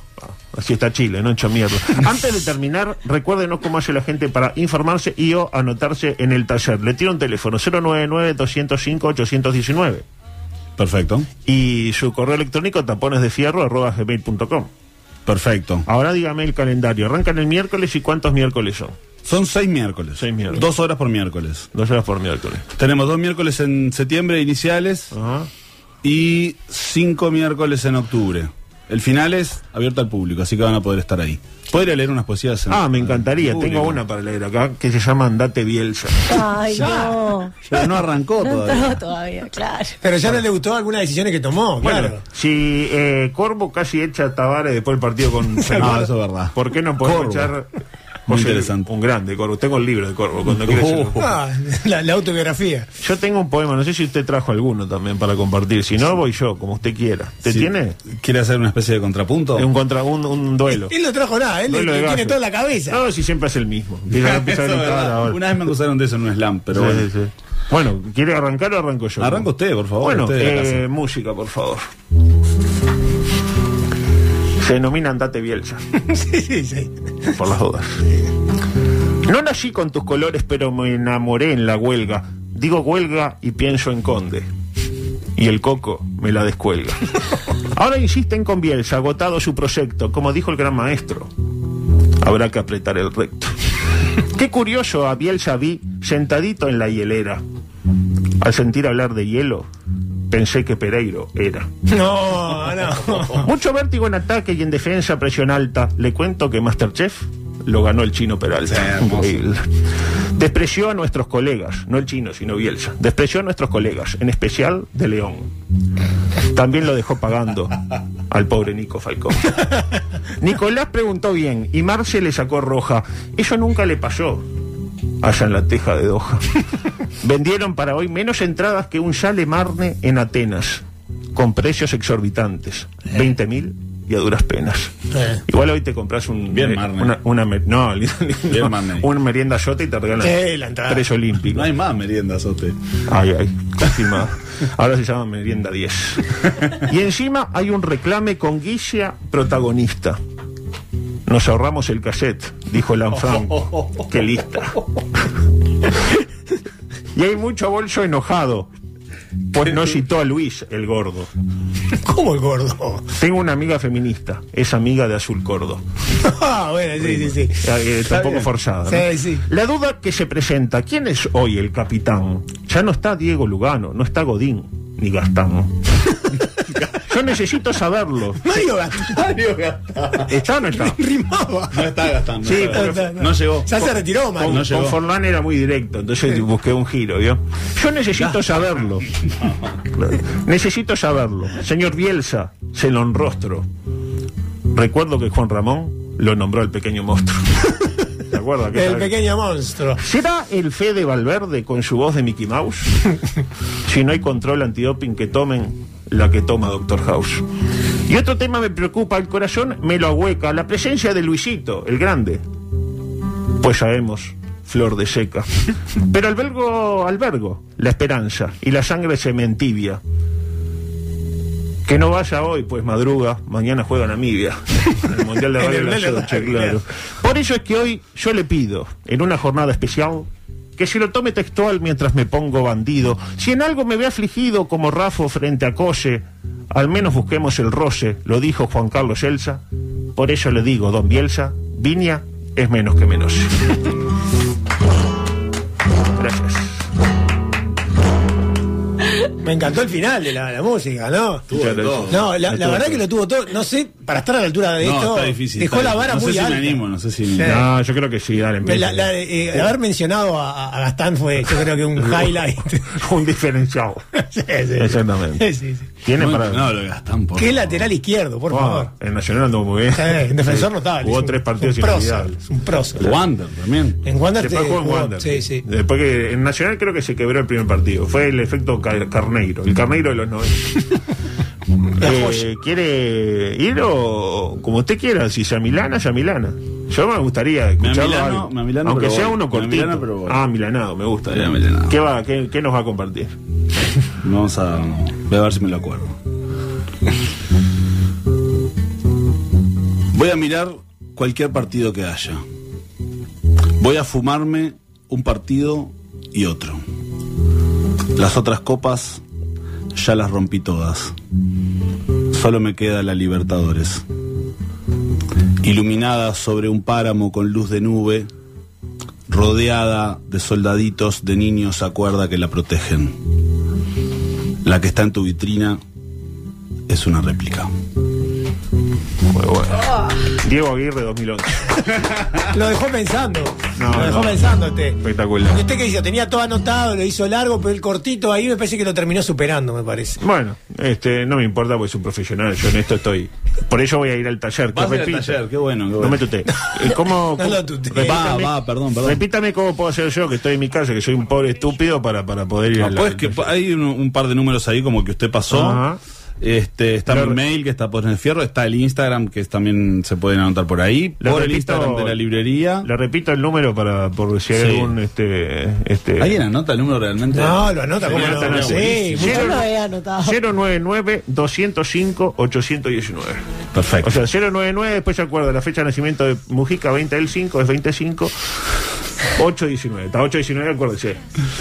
S4: Así está Chile, no hecho mierda. Antes de terminar, recuérdenos cómo hace la gente para informarse y o anotarse en el taller. Le tiro un teléfono, 099-205-819.
S6: Perfecto.
S4: Y su correo electrónico, taponesdefierro.com.
S6: Perfecto.
S4: Ahora dígame el calendario. Arrancan el miércoles y cuántos miércoles son.
S6: Son seis miércoles.
S4: Seis miércoles.
S6: Dos horas por miércoles.
S4: Dos horas por miércoles. Ah,
S6: Tenemos dos miércoles en septiembre iniciales
S4: Ajá.
S6: y cinco miércoles en octubre. El final es abierto al público, así que van a poder estar ahí. ¿Podría leer unas poesías? en-
S4: Ah, me encantaría.
S6: al
S4: Tengo
S6: público?
S4: una para leer acá que se llama Andate Bielsa.
S7: Ay, no.
S6: Pero no arrancó
S7: No
S6: todavía.
S7: entró todavía, claro.
S5: Pero ya no le gustó algunas decisiones que tomó,
S4: Bueno,
S5: claro.
S4: si eh, Corvo casi echa a Tavares después del partido con
S6: No, eso es verdad.
S4: ¿Por qué no podemos
S6: Corvo.
S4: echar
S6: Muy
S4: José,
S6: interesante.
S4: un grande Corvo? Tengo el libro de Corvo cuando quiera
S6: Oh.
S4: decirlo.
S5: Ah, la, la autobiografía.
S4: Yo tengo un poema, no sé si usted trajo alguno también para compartir. Si no, voy yo, como usted quiera. ¿Te
S6: Sí.
S4: tiene?
S6: ¿Quiere hacer una especie de contrapunto?
S4: Un, contra, un, un duelo.
S5: Él no trajo nada, él le,
S4: Duelo de
S5: le tiene
S4: gallo.
S5: toda la cabeza.
S4: No, si siempre es el mismo. Empieza- empieza a
S6: Eso es
S4: gritar
S6: verdad.
S4: ahora.
S6: Una vez me acusaron de eso en un slam, pero
S4: Sí,
S6: bueno.
S4: sí, sí. Bueno, ¿quiere arrancar o arranco yo?
S6: Arranca usted, por favor,
S4: Bueno,
S6: usted de la
S4: eh,
S6: casa.
S4: música, por favor. Se denomina Andate Bielsa,
S5: Sí, sí, sí.
S4: por las dudas. No nací con tus colores, pero me enamoré en la huelga. Digo huelga y pienso en Conde. Y el coco me la descuelga. Ahora insisten con Bielsa, agotado su proyecto, como dijo el gran maestro. Habrá que apretar el recto. Qué curioso a Bielsa vi sentadito en la hielera. Al sentir hablar de hielo, pensé que Pereiro era.
S5: No, no.
S4: Mucho vértigo en ataque y en defensa, presión alta. Le cuento que Masterchef lo ganó el chino Peralta.
S6: Sí, hermoso.
S4: Increíble. Despreció a nuestros colegas, no el chino, sino Bielsa. Despreció a nuestros colegas, en especial de León. También lo dejó pagando al pobre Nico Falcón. Nicolás preguntó bien y Marce le sacó roja. Eso nunca le pasó allá en la teja de Doha. Vendieron para hoy menos entradas que un chale marne en Atenas, con precios exorbitantes, 20.000 y a duras penas.
S5: Eh.
S4: Igual hoy te compras un
S6: Bien
S4: eh,
S6: marne.
S4: una, una me- no, li- li-
S6: Bien
S4: no,
S6: marne.
S4: una merienda sota y te regalan
S5: Sí, la entrada.
S4: tres
S6: No
S4: olímpicos.
S6: hay más meriendas, Ote.
S4: Ay, ay, confirmado. Ahora se llama merienda 10. Y encima hay un reclame con Guilla protagonista. Nos ahorramos el cassette, dijo Lanfranco. Qué lista. Y hay mucho bolso enojado. Pues no citó a Luis, el gordo.
S5: ¿Cómo el gordo?
S4: Tengo una amiga feminista, es amiga de Azul Gordo.
S5: Ah, bueno, sí, sí, sí.
S4: Eh, eh, tampoco
S6: bien.
S4: forzada. ¿no?
S5: Sí, sí.
S4: La duda que se presenta, ¿quién es hoy el capitán? Ya no está Diego Lugano, no está Godín, ni Gastán. Yo necesito saberlo.
S5: Mario Gastón
S4: ¿Está o no está?
S5: rimaba.
S6: No está gastando.
S4: Sí,
S6: está
S4: pero-
S6: gastando. no llegó.
S5: Ya se retiró,
S4: Con,
S5: Mario.
S6: No llegó.
S4: con Forlán era muy directo, entonces busqué un giro, ¿vio? Yo necesito saberlo. Claro. Necesito saberlo. Señor Bielsa, se lo enrostro. Recuerdo que Juan Ramón lo nombró el pequeño monstruo. ¿Te acuerdas?
S5: El pequeño monstruo.
S4: ¿Será el Fede Valverde con su voz de Mickey Mouse? si no hay control antidoping, que tomen la que toma Doctor House. Y otro tema me preocupa, el corazón me lo ahueca, la presencia de Luisito, el grande. Pues sabemos, flor de seca. Pero albergo, albergo, la esperanza y la sangre se me entibia. Que no vaya hoy, pues madruga, mañana juega Namibia. En el Mundial de
S5: En el
S4: Radio de
S5: Mundial de
S4: la Socha,
S5: Radio,
S4: claro. Por eso es que hoy yo le pido, en una jornada especial, que se lo tome textual mientras me pongo bandido. Si en algo me ve afligido como Rafo frente a Cose, al menos busquemos el roce, lo dijo Juan Carlos Elsa. Por eso le digo, don Bielsa, Viña es menos que menos. Gracias.
S5: Me encantó el final de la, la música, ¿no?
S6: Tuvo de todo.
S5: No, la, la
S6: Tuvo de
S5: verdad
S6: todo.
S5: que lo tuvo todo. No sé, para estar a la altura de
S6: No,
S5: esto,
S6: está difícil.
S5: dejó
S6: está
S5: la vara
S6: difícil.
S5: muy
S6: no sé
S5: alta.
S6: si me animo, no sé si me-
S5: Sí.
S4: No, yo creo que sí, dale, empieza.
S5: La- la- eh, haber mencionado a, a Gastán fue, yo creo que un highlight.
S4: Un diferenciado.
S5: Sí, sí.
S4: Exactamente.
S5: Sí, sí.
S4: Tiene
S6: No,
S4: para.
S6: no, lo gastan por
S5: Qué
S6: favor.
S5: lateral izquierdo, por favor.
S4: el Nacional anduvo muy bien.
S5: Sí, un defensor notable.
S4: Jugó
S5: es un-
S4: tres partidos
S5: un prócer,
S4: inolvidables.
S5: es un prócer.
S6: Wander también.
S5: En Wander
S4: Después
S5: te-
S4: jugó en
S5: jugó-
S4: Wander.
S5: Sí, sí.
S4: Después que en Nacional creo que se quebró el primer partido. Fue el efecto Ca- Carneiro, el Carneiro de los 90. Eh, ¿Quiere ir o como usted quiera? Si Yamilana, Yamilana. Yo me gustaría escucharlo.
S6: amilano,
S4: algo.
S6: me amilano,
S4: Aunque
S6: pero
S4: sea
S6: voy.
S4: uno
S6: Me
S4: cortito.
S6: amilano, pero voy.
S4: ah, milanado, me gusta.
S6: Me amilanado.
S4: ¿Qué, va, qué, qué nos va a compartir?
S6: Vamos a, voy a ver si me lo acuerdo. Voy a mirar cualquier partido que haya. Voy a fumarme un partido y otro. Las otras copas ya las rompí todas. Solo me queda la Libertadores. Iluminada sobre un páramo con luz de nube, rodeada de soldaditos de niños a cuerda que la protegen. La que está en tu vitrina es una réplica.
S4: Muy bueno. Diego Aguirre 2011.
S5: Lo dejó pensando.
S4: No,
S5: lo dejó
S4: no.
S5: pensando este.
S4: Espectacular.
S5: Porque usted que hizo, tenía todo anotado, lo hizo largo, pero el cortito ahí me parece que lo terminó superando, me parece.
S4: Bueno, este, no me importa porque es un profesional, yo en esto estoy. Por ello voy a ir al taller. que
S6: Vas a ir al
S4: repita.
S6: taller, qué bueno, qué bueno.
S4: No me tuté. ¿Cómo,
S5: No
S4: cómo-
S5: lo tutees.
S4: repítame-
S6: Va, va, perdón, perdón.
S4: Repítame cómo puedo hacer yo, que estoy en mi casa, que soy un pobre estúpido para, para poder ir
S6: No,
S4: al
S6: pues que pa- hay un, un par de números ahí como que usted pasó.
S4: Ajá.
S6: Este, está
S4: Lo
S6: mi
S4: re-
S6: mail que está por el fierro, está el Instagram que es- también se pueden anotar por ahí,
S4: Le
S6: por el
S4: repito-
S6: Instagram de la librería.
S4: Le repito el número para por si hay
S6: Sí.
S4: algún este este
S6: ¿Alguien anota el número realmente?
S5: No, lo anota,
S4: Sí,
S5: ¿cómo
S4: anota,
S5: no?
S4: no,
S5: Sí,
S4: buenísimo.
S5: mucho-
S7: Yo lo había anotado.
S4: 099 205 819.
S6: Perfecto.
S4: O sea, 099 después se acuerda la fecha de nacimiento de Mujica 20 del 5 es 25 819. Está 819 acuérdese.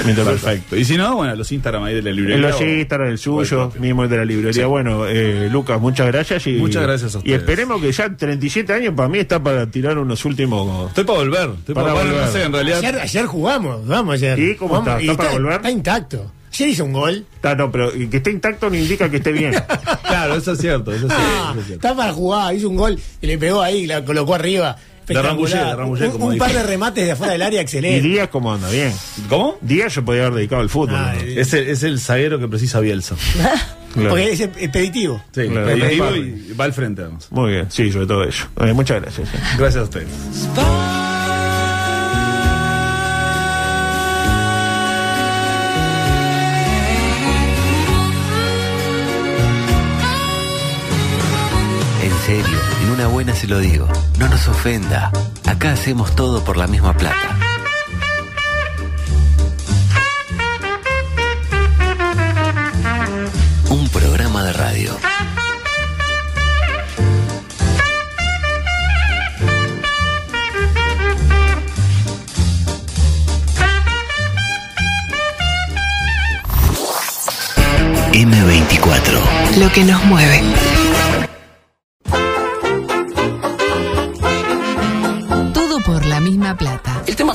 S6: Perfecto. Y si no, bueno, los Instagram ahí de la librería.
S4: En los
S6: o-
S4: Instagram, el suyo,
S6: Cualquier.
S4: mismo el de la librería. Bueno, eh, Lucas, muchas gracias. Y,
S6: Muchas gracias
S4: Y
S6: a ustedes.
S4: esperemos que ya 37 años para mí está para tirar unos últimos.
S6: Estoy para volver. Estoy para,
S4: Para
S6: bueno,
S4: volver.
S6: no sé, en realidad.
S5: Ayer, ayer jugamos, vamos ayer.
S4: ¿Y cómo
S5: Jugamos
S4: está? ¿Está para volver?
S5: Está intacto. Ayer hizo un gol.
S4: Está, no, pero que esté intacto no indica que esté bien.
S6: Claro, eso es cierto. Eso es cierto,
S5: Ah,
S6: eso es cierto.
S5: está para jugar, hizo un gol y le pegó ahí, la colocó arriba.
S6: Le rambullé, le
S5: Espectacular.
S6: rambullé,
S5: Un-
S6: como
S5: un,
S6: dice.
S5: par de remates de afuera del área
S4: y
S5: excelente.
S4: Díaz, ¿cómo anda? Bien.
S6: ¿Cómo?
S4: Díaz se podía haber dedicado al fútbol.
S5: Ah,
S4: ¿no?
S5: eh,
S6: Es el, es el zaguero que precisa Bielsa.
S4: Claro.
S5: Porque es expeditivo.
S6: Sí,
S4: Claro.
S6: el
S4: Pepe
S6: vivo
S4: Parry.
S6: y va al frente, vamos.
S4: Muy bien, sí, sobre todo eso. Eh, muchas gracias.
S6: Gracias a ustedes.
S1: En serio, en una buena se lo digo. No nos ofenda. Acá hacemos todo por la misma plata. Un programa de radio. M24.
S3: Lo que nos mueve. Todo por la misma plata.
S2: El tema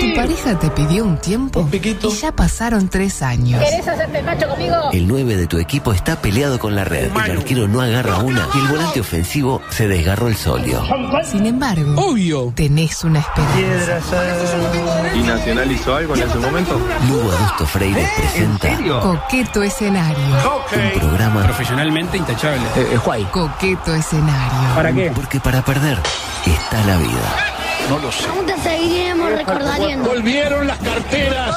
S3: Tu pareja te pidió un tiempo y ya pasaron tres años.
S1: El 9 de tu equipo está peleado con la red, el arquero no agarra una y el volante ofensivo se desgarró el solio.
S3: Sin embargo, tenés una esperanza.
S1: Lugo Adusto Freire presenta
S3: Coqueto escenario.
S1: un programa
S8: Profesionalmente intachable.
S3: Coqueto escenario.
S1: porque para perder está la vida.
S9: Aún te seguiremos recordando.
S8: Volvieron las carteras.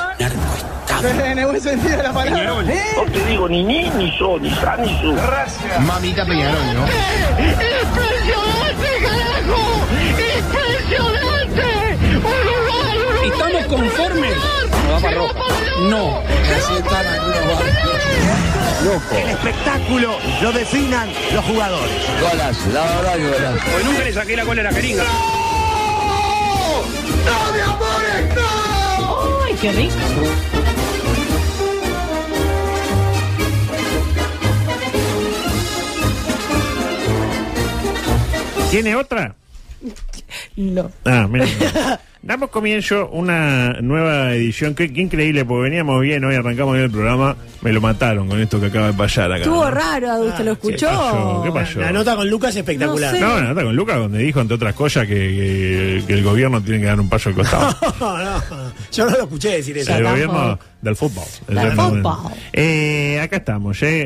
S9: ¡Impresionante, carajo! ¡Impresionante! ¡Uruguay, Uruguay!
S8: ¿Estamos conformes?
S9: No, va para ropa.
S8: No. Así están algunos barrios.
S2: Porque Pues nunca le saqué la cola a la jeringa.
S9: ¡No, mi amor, no! ¡Ay, qué rico!
S4: ¿Tiene otra?
S7: No.
S4: Ah, mira. Damos comienzo una nueva edición. Qué, qué increíble, porque veníamos bien hoy, arrancamos bien el programa. Me lo mataron con esto que acaba de pasar acá.
S7: Estuvo
S4: ¿no?
S7: raro, Adu, ¿te lo
S2: Ah,
S7: escuchó?
S4: pasó? ¿Qué pasó?
S5: La nota con Lucas es espectacular.
S7: No sé.
S4: No, una nota con Lucas donde dijo, entre otras cosas, que, que- que el gobierno tiene que dar un paso al costado.
S5: No, no, yo no lo escuché decir eso.
S4: el
S7: tampoco.
S4: gobierno del fútbol.
S7: Del
S4: Exactamente.
S7: fútbol.
S4: Eh, acá estamos, ¿eh?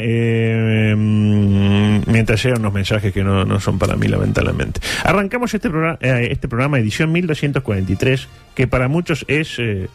S4: Eh, mm, mientras llegan unos mensajes que no, no son para mí, lamentablemente. Arrancamos este programa, este programa edición 1243, que para muchos es... eh,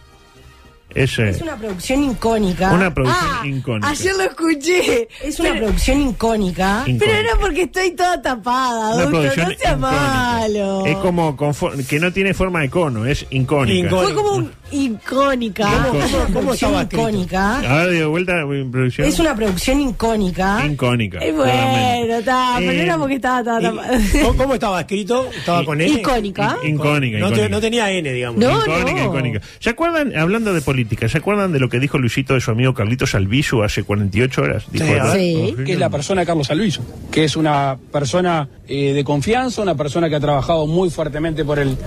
S4: es, eh,
S7: Es una producción icónica.
S4: Una producción icónica.
S7: Ayer lo escuché. Es una producción icónica.
S4: Icónica.
S7: Pero era porque estoy toda tapada,
S4: una
S7: Adulto.
S4: producción
S7: No sea
S4: icónica.
S7: malo.
S4: Es como con for- que no tiene forma de cono, es incónica.
S5: Incónica.
S7: Fue como un icónica.
S4: ¿Cómo-
S7: Es una
S5: cómo
S7: producción
S5: estaba escrito?
S7: icónica.
S4: Ahora de vuelta, eh, producción.
S7: Es una producción icónica.
S4: Incónica,
S7: Eh, bueno,
S4: claramente.
S7: está. Pero
S4: Eh,
S7: era porque estaba toda tapada.
S5: Y- ¿Cómo, cómo estaba escrito? ¿Estaba con N?
S7: Icónica.
S4: Incónica,
S5: No, te-
S4: incónica.
S5: no tenía N, digamos.
S7: No.
S4: Icónica, icónica. ¿Se acuerdan, hablando de política, ¿se acuerdan de lo que dijo Luisito de su amigo Carlitos Albizu hace 48 horas? Dijo,
S5: Sí, a
S4: ¿verdad?
S5: ver.
S7: Sí.
S2: que es la persona de Carlos Alviso, que es una persona eh, de confianza, una persona que ha trabajado muy fuertemente por el,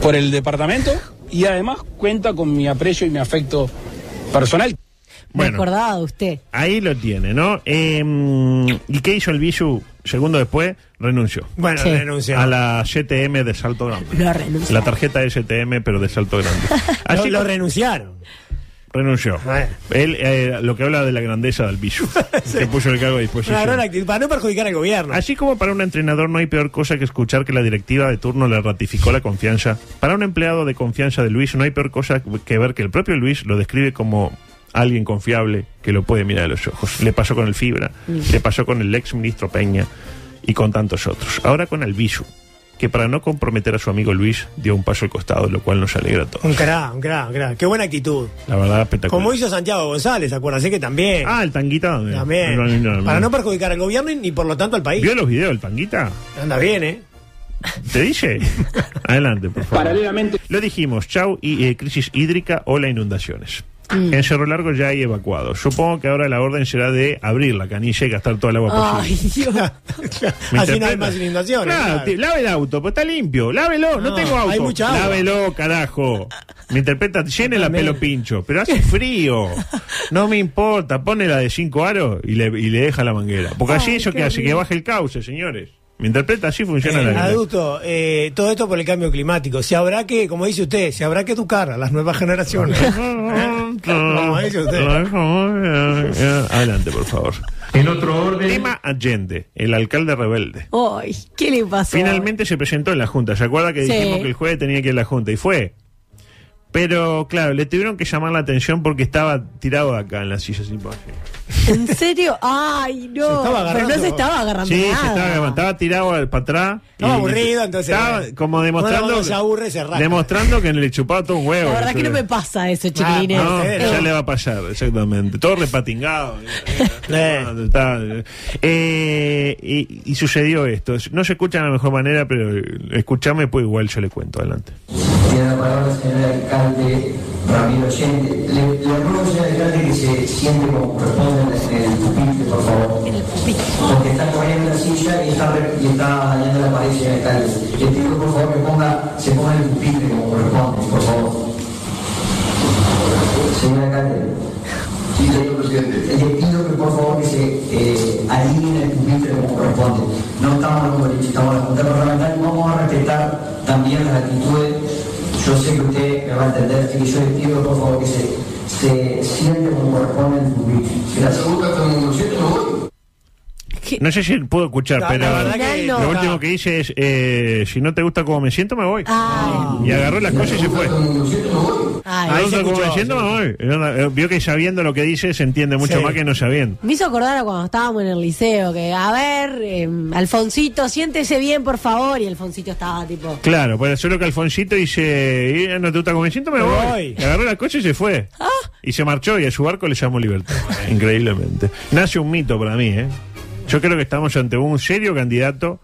S2: por el departamento y además cuenta con mi aprecio y mi afecto personal.
S7: Me
S4: Bueno.
S7: acordaba de usted.
S4: Ahí lo tiene, ¿no? Eh, ¿Y qué hizo Albizu? Segundo después, renunció.
S5: Bueno,
S7: Sí.
S5: renunció.
S4: A la GTM de Salto Grande.
S7: Lo renunció.
S4: La tarjeta STM, pero de Salto Grande.
S5: Lo,
S4: Así
S5: lo
S4: que
S5: renunciaron.
S4: renunció.
S5: Bueno.
S4: Él, eh, lo que habla de la grandeza de Albizu, que puso el cargo a disposición.
S5: Agarró la actitud para no perjudicar al gobierno.
S4: Así como para un entrenador no hay peor cosa que escuchar que la directiva de turno le ratificó la confianza, para un empleado de confianza de Luis no hay peor cosa que ver que el propio Luis lo describe como alguien confiable que lo puede mirar a los ojos. Le pasó con el Fibra,
S5: Mm.
S4: le pasó con el ex ministro Peña y con tantos otros. Ahora con Albizu, que para no comprometer a su amigo Luis dio un paso al costado, lo cual nos alegra a todos.
S5: Un cra, un cra, un cra. Qué buena actitud.
S4: La verdad, espectacular.
S5: Como hizo Santiago González, acuérdate que también.
S4: Ah, el tanguita. eh,
S5: también.
S4: no, no, no,
S5: Para
S4: no.
S5: no perjudicar al gobierno y ni por lo tanto al país.
S4: ¿Vio los videos del tanguita?
S5: Anda bien, ¿eh?
S4: ¿Te dije? Adelante, por favor.
S2: Paralelamente,
S4: Lo dijimos, chau y eh, crisis hídrica o la inundaciones.
S5: Mm.
S4: En Cerro Largo ya hay evacuados. Supongo que ahora la orden será de abrir la canilla y gastar toda el agua
S7: Ay,
S4: posible.
S7: Dios.
S4: ¿Me
S5: Así no hay
S4: interpreta?
S5: más inundaciones.
S4: Claro,
S5: claro.
S4: te- lave el auto, pues está limpio. Lávelo, no,
S5: No,
S4: tengo auto.
S5: hay mucha agua.
S4: Lávelo, carajo. Me interpreta, llene la
S5: También.
S4: pelo pincho, pero hace frío. No me importa, pone la de cinco aros y le, y le deja la manguera. Porque así
S7: Ay,
S4: eso
S7: qué
S4: que hace, que
S7: horrible.
S4: baje el cauce, señores. Me interpreta, así funciona la
S5: Eh,
S4: vida.
S5: adulto, eh, todo esto por el cambio climático. Se habrá que, como dice usted, se habrá que educar a las nuevas generaciones. como dice usted.
S4: Adelante, por favor. En otro orden. Tema Allende, el alcalde rebelde.
S7: Ay, ¿qué le pasó?
S4: Finalmente se presentó en la Junta. ¿Se acuerda que
S7: Sí.
S4: dijimos que el jueves tenía que ir a la Junta? Y fue. Pero, claro, le tuvieron que llamar la atención porque estaba tirado acá en la silla sin poder.
S7: ¿En serio? Ay,
S5: Se
S7: no.
S5: estaba
S7: Pero no
S5: agarrando.
S7: se estaba agarrando.
S4: Sí, se
S7: nada.
S4: estaba, estaba tirado al- para atrás.
S5: Estaba
S4: y-
S5: aburrido, entonces,
S4: Estaba
S5: eh,
S4: como demostrando.
S5: cuando se aburre, se rasca.
S4: Demostrando que le chupaba todo un huevo.
S7: La verdad que no me pasa eso, chiquilines.
S4: Ah, No,
S5: Eh,
S4: ya
S5: no.
S4: le va a pasar, exactamente. Todo repatingado.
S5: Eh.
S4: Está, eh, y, y sucedió esto. No se escucha de la mejor manera, pero eh, escuchame, pues igual yo le cuento. Adelante.
S10: Tiene la palabra el señor alcalde Ramiro Allende. Le, le ruego, señor alcalde, que se siente como corresponde en el pupitre, por favor.
S7: En el pupitre.
S10: Porque está corriendo la silla y está, re- y está dañando la pared, señor alcalde. Le pido, por favor, que ponga, se ponga en el pupitre como corresponde, por favor. Señor alcalde. Sí, señor presidente. Le pido que, por favor, que se eh, alineen el pupitre como corresponde. No estamos en un boliche, estamos en la Junta Parlamentaria. Vamos a respetar también las actitudes yo sé que usted me va a entender, así que yo le pido por favor que se, se siente como corresponde en su vida. Gracias.
S7: ¿Qué?
S4: No sé si puedo escuchar,
S5: La-
S4: pero
S5: la verdad
S7: que-
S4: lo
S5: no.
S4: último que hice es: eh, si no te gusta cómo me siento, me voy.
S7: Ay,
S4: Y agarró las cosas y se fue.
S7: ay.
S4: No
S5: Ah. Ahí
S4: te gusta
S5: se
S4: cómo me
S5: escuchó,
S4: siento,
S5: se
S4: me voy. Era- eh, Vio que sabiendo lo que dice se entiende mucho
S5: Sí.
S4: más que no sabiendo.
S7: Me hizo acordar a cuando estábamos en el liceo, que a ver, eh, Alfonsito, siéntese bien, por favor. Y Alfonsito estaba tipo,
S4: Claro, por eso lo que Alfonsito dice, "Eh, no te gusta como me siento, me
S5: Me
S4: voy.
S5: voy.
S4: Le Agarró la coche y se fue. Y se marchó y a su barco le llamó libertad. Increíblemente. Nace un mito para mí, ¿eh? Yo creo que estamos ante un serio candidato,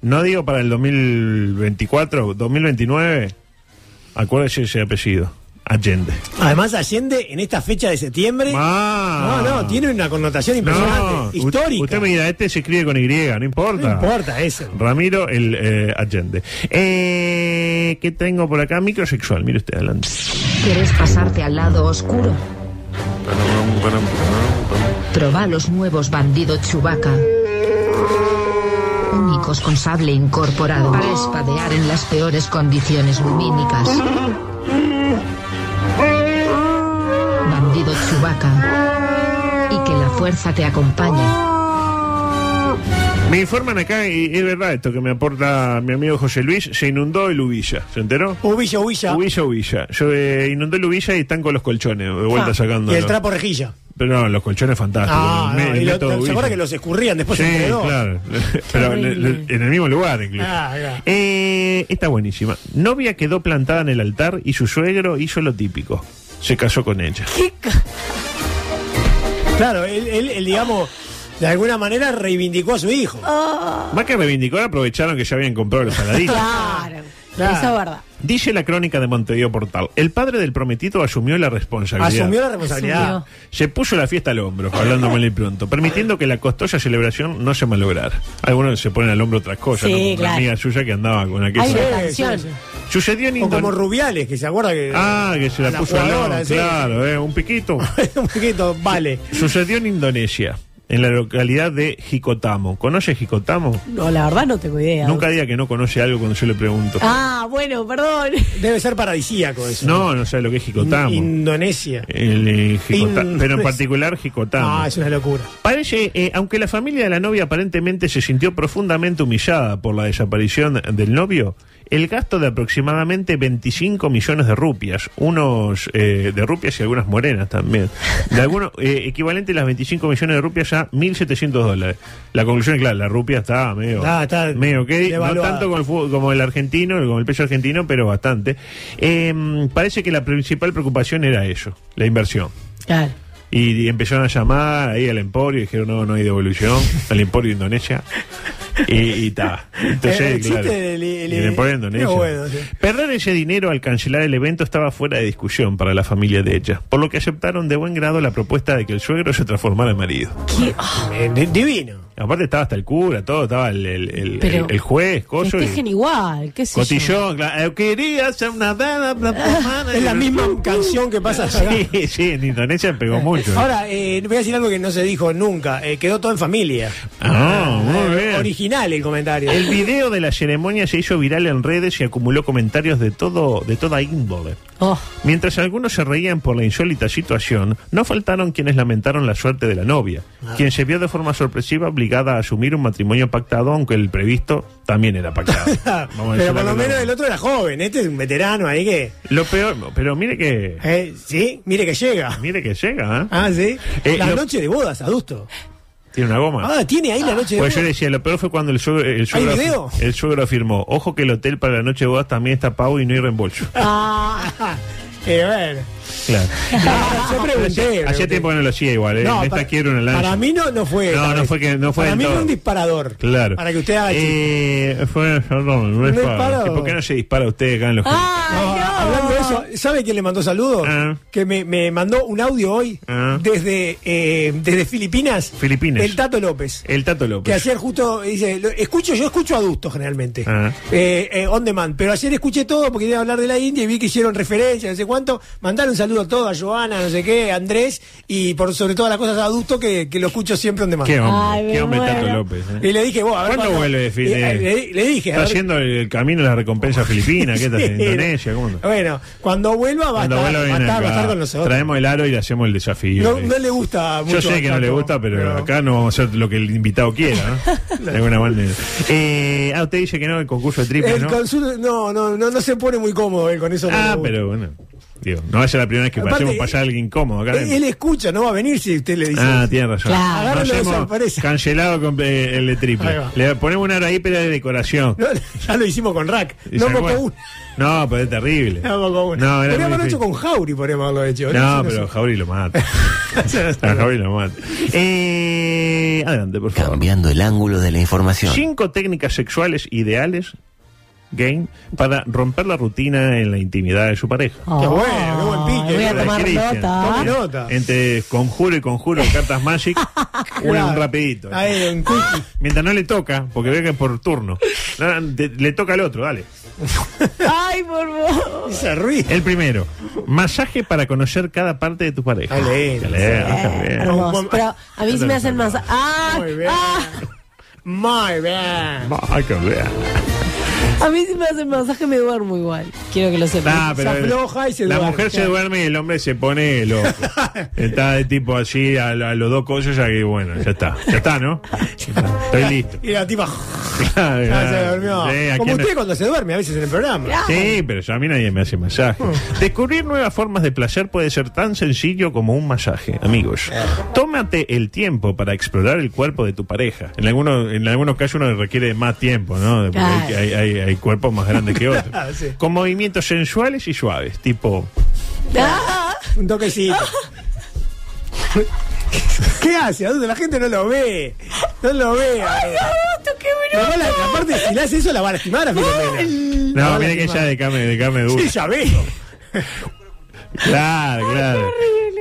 S4: no digo para el 2024, 2029, acuérdese ese apellido. Allende.
S5: Además, Allende en esta fecha de septiembre.
S4: Ah.
S5: no, no, tiene una connotación impresionante,
S4: No, u-
S5: histórica.
S4: Usted me dirá, este se escribe con Y, no importa.
S5: No importa eso.
S4: Ramiro el eh, Allende. Eh, ¿Qué tengo por acá? Microsexual, mire usted adelante.
S11: ¿Quieres pasarte al lado oscuro? Proba los nuevos bandido Chubaca. Únicos con sable incorporado para espadear en las peores condiciones lumínicas. Bandido Chubaca. Y que la fuerza te acompañe.
S4: Me informan acá, y es verdad esto que me aporta mi amigo José Luis, se inundó el Ubilla, ¿se enteró?
S5: Ubilla, Ubilla.
S4: Ubilla, Ubilla. Yo eh, inundó el Ubilla y están con los colchones, de vuelta
S5: Ah,
S4: sacando.
S5: Y el trapo rejilla.
S4: Pero no, los colchones fantásticos.
S5: Ah,
S4: Me-
S5: no, y lo-
S4: meto
S5: ¿Se acuerda
S4: Ubilla.
S5: que los escurrían después
S4: Sí,
S5: entre dos?
S4: claro. Pero en, el- en el mismo lugar, incluso.
S5: Ah, ya.
S4: Eh, está buenísima. Novia quedó plantada en el altar y su suegro hizo lo típico. Se casó con ella.
S5: Claro, él, él- él, digamos, de alguna manera reivindicó a su hijo.
S4: Más que reivindicar, aprovecharon que ya habían comprado los saladitos.
S7: Claro,
S5: Claro.
S7: eso es verdad.
S4: Dice la crónica de Montevideo Portal. El padre del prometido asumió la responsabilidad.
S5: Asumió la responsabilidad.
S7: Asumió.
S4: Se puso la fiesta al hombro, hablando mal y pronto, permitiendo que la costosa celebración no se malograra. Algunos se ponen al hombro otras cosas,
S7: Sí,
S4: ¿no? Como
S7: claro.
S4: una amiga suya que andaba con aquella.
S7: Hay una
S5: sí,
S7: canción.
S5: sí, sí.
S4: Sucedió en
S5: O como
S4: Indonesia.
S5: Rubiales, que se acuerda que.
S4: Ah, que se la,
S5: la
S4: puso al
S5: jugadora,
S4: hombro,
S5: sí.
S4: claro, eh, un piquito.
S5: Un poquito, vale.
S4: Sucedió en Indonesia, en la localidad de Jicotamo. ¿Conoce Jicotamo?
S7: No, la verdad no tengo idea.
S4: Nunca diga que no conoce algo cuando yo le pregunto.
S7: Ah, bueno, perdón.
S5: Debe ser paradisíaco eso.
S4: No, no sabe lo que es Jicotamo.
S5: Indonesia.
S4: El, eh, Jicota-
S5: In-
S4: pero en particular Jicotamo.
S5: Ah, es una locura.
S4: Parece, eh, aunque la familia de la novia aparentemente se sintió profundamente humillada por la desaparición del novio, el gasto de aproximadamente 25 millones de rupias, unos eh, de rupias y algunas morenas también, de algunos, eh, equivalente a las 25 millones de rupias a 1.700 dólares. La conclusión es clara, la rupia está medio,
S5: Está- Ah, está
S4: medio ok, no
S5: devaluada.
S4: tanto con el fu- como el argentino, como el peso argentino, pero bastante. Em, parece que la principal preocupación era eso, la inversión.
S7: Claro.
S4: Y empezaron a llamar ahí al Emporio y dijeron, no, no hay devolución, al Emporio de Indonesia. Y, y ta. Entonces,
S5: Eh, existe
S4: claro,
S5: el- el-
S4: el Emporio de Indonesia.
S5: Pero bueno, sí.
S4: Perder ese dinero al cancelar el evento estaba fuera de discusión para la familia de ella, por lo que aceptaron de buen grado la propuesta de que el suegro se transformara en marido.
S7: ah,
S5: Eh, di- Divino.
S4: Aparte estaba hasta el cura, todo, estaba el, el, el-
S7: Pero
S4: el- el juez,
S5: este
S4: coso. y-
S7: Festejen igual, qué sé yo.
S4: Cotillón, claro. "Eh, Quería hacer una dada, bla, bla, bla".
S5: Es la misma canción que pasa acá.
S4: Sí, sí, en Indonesia pegó mucho.
S5: Ahora, eh, voy a decir algo que no se dijo nunca. eh, quedó todo en familia.
S4: Ah, muy
S5: Eh,
S4: bien.
S5: Original el comentario.
S4: El video de la ceremonia se hizo viral en redes y acumuló comentarios de todo, de toda índole.
S7: Oh,
S4: Mientras algunos se reían por la insólita situación, no faltaron quienes lamentaron la suerte de la novia,
S5: Ah.
S4: quien se vio de forma sorpresiva obligada a asumir un matrimonio pactado, aunque el previsto también era pactado.
S5: Ah,
S4: Vamos a
S5: pero
S4: decirlo
S5: por lo
S4: claro.
S5: menos el otro era joven. Este es un veterano ahí que.
S4: Lo peor, pero mire que,
S5: eh, sí, mire que llega.
S4: mire que llega, ¿eh?
S5: Ah, sí.
S4: Eh,
S5: la
S4: lo-
S5: noche de bodas, adusto.
S4: Tiene una goma.
S5: Ah, tiene ahí la noche de
S4: Pues yo
S5: bodas.
S4: le decía, lo peor fue cuando el suegro, el suegro,
S5: video?
S4: el suegro afirmó, ojo que el hotel para la noche de bodas también está pago y no hay reembolso.
S5: Ah, eh, bueno.
S4: Claro.
S5: Ah, yo pregunté,
S4: Hacía- Hacía
S5: pregunté.
S4: tiempo que no lo hacía igual, ¿eh? en esta
S5: para,
S4: quiero una lanza.
S5: para mí no, no fue.
S4: No, no fue que- no fue
S5: Para
S4: del
S5: mí
S4: todo.
S5: fue un disparador.
S4: Claro.
S5: Para que usted haga chiste.
S4: Eh, fue, perdón, no es
S5: No es
S4: para-
S5: para-
S4: ¿Y ¿Por qué no se dispara usted acá en los
S7: Ah.
S5: No, Hablando de eso, ¿sabe quién le mandó saludos?
S4: Ah.
S5: Que me, me mandó un audio hoy
S4: Ah.
S5: desde, eh, desde Filipinas.
S4: Filipinas.
S5: El Tato López.
S4: El Tato
S5: Que
S4: López.
S5: ayer justo dice, lo- escucho, yo escucho adusto generalmente,
S4: Ah.
S5: eh, eh, on demand, pero ayer escuché todo porque quería hablar de la India y vi que hicieron referencia, no sé cuánto, mandar un saludo a todos, a Joana, no sé qué, a Andrés, y por sobre todas las cosas a adusto que, que lo escucho siempre on demand.
S4: Qué hombre,
S7: Ay, me
S4: qué hombre el Tato
S7: muero.
S4: López. ¿eh?
S5: Y le dije, vos, a ver,
S4: ¿Cuándo vuelve de fin
S5: Y,
S4: de-
S5: eh, Le, le dije, a
S4: Está
S5: ver-
S4: haciendo el, el camino de la recompensa filipina, ¿qué está
S5: Sí.
S4: haciendo? Indonesia, ¿cómo no?
S5: Bueno, cuando vuelva va a
S4: Cuando
S5: estar,
S4: vuelva
S5: va a
S4: viene
S5: estar- va a
S4: acá.
S5: estar con nosotros.
S4: Traemos el aro y le hacemos el desafío.
S5: no,
S4: ahí.
S5: no le gusta mucho.
S4: Yo sé que no
S5: al
S4: le
S5: Tato,
S4: gusta, pero acá no vamos a hacer lo que el invitado quiera, ¿no? De alguna manera. Eh, ah, usted dice que no, el concurso de triple,
S5: El
S4: ¿no?
S5: consul- no, no, no, no se pone muy cómodo él con eso. no
S4: Ah,
S5: le gusta.
S4: pero bueno. Digo, no va a ser la primera vez que
S5: Aparte,
S4: pasemos pasar a alguien incómodo acá
S5: Él,
S4: adentro.
S5: él escucha, no va a venir si usted le dice.
S4: Ah,
S5: eso.
S4: tiene razón.
S7: Claro.
S4: No
S5: Agárralo de
S4: hacemos
S5: sorpresa.
S4: Cancelado con eh, el de triple.
S5: Ahí va.
S4: Le ponemos una hora ahí, pero de decoración.
S5: No, ya lo hicimos con Rack.
S4: Y
S5: No
S4: se
S5: poco
S4: acuerda.
S5: uno.
S4: No, pero es terrible.
S5: No poco uno.
S4: No, era
S5: Podríamos
S4: muy
S5: haberlo
S4: difícil.
S5: hecho con Jauri, podríamos haberlo hecho.
S4: No,
S5: sé,
S4: pero
S5: sé.
S4: Jauri lo mata. A Jauri lo mata. Eh, adelante, por favor.
S1: Cambiando el ángulo de la información.
S4: Cinco técnicas sexuales ideales game para romper la rutina en la intimidad de su pareja.
S5: Qué bueno, qué buen pique.
S7: Voy a
S5: qué
S7: tomar
S5: buen
S4: Christian.
S7: nota.
S5: Tome nota.
S4: Entre conjuro y conjuro, cartas Magic, una un rapidito.
S5: Ahí, un quickie.
S4: Mientras no le toca, porque ve que es por turno. No, no, te- le toca al otro, dale.
S7: Ay, por favor.
S5: Y se ríe.
S4: El primero, masaje para conocer cada parte de tu pareja. ah,
S5: Está
S4: Qué
S5: lindo.
S4: lindo, está bien.
S7: Hermoso. Pero a mí se me hacen más. ¡Ah!
S5: Muy bien.
S7: ¡Ah!
S5: Muy bien.
S4: Ah, qué bien.
S7: A mí si me hacen masaje me duermo igual. Quiero que lo sepan.
S4: Nah, pero
S5: Se afloja y se
S4: la
S5: duerme,
S4: mujer se
S5: claro.
S4: duerme y el hombre se pone loco. está de tipo así a, lo- a los dos coches ya que bueno, ya está. Ya está, ¿no? Estoy listo.
S5: Y la tipa
S4: Claro,
S5: ah, se
S4: claro.
S5: durmió.
S4: Sí, ¿a
S5: Como
S4: quién-
S5: usted cuando se duerme a veces en el programa.
S7: Ah,
S4: Sí, pero yo- a mí nadie me hace
S7: Oh.
S4: masaje. Descubrir nuevas formas de placer puede ser tan sencillo como un masaje, amigos.
S7: Eh.
S4: Tómate el tiempo para explorar el cuerpo de tu pareja. En algunos, en algunos casos uno requiere más tiempo, ¿no? Porque hay,
S7: Claro.
S4: hay- hay- hay cuerpos más grandes que otros.
S5: Ah, sí.
S4: Con movimientos sensuales y suaves, tipo
S7: Ah,
S5: Un toquecito. ¿Qué hace? Adulto, la gente no lo ve. No lo ve.
S7: Augusto, qué
S5: La mala-
S7: bruto.
S5: aparte, si le hace eso, la va a lastimar a Filomena. La va
S4: No,
S5: a
S4: mira que
S5: lastimar.
S4: ya de carne, de carne dura.
S5: Sí, ya veo.
S4: Claro, claro.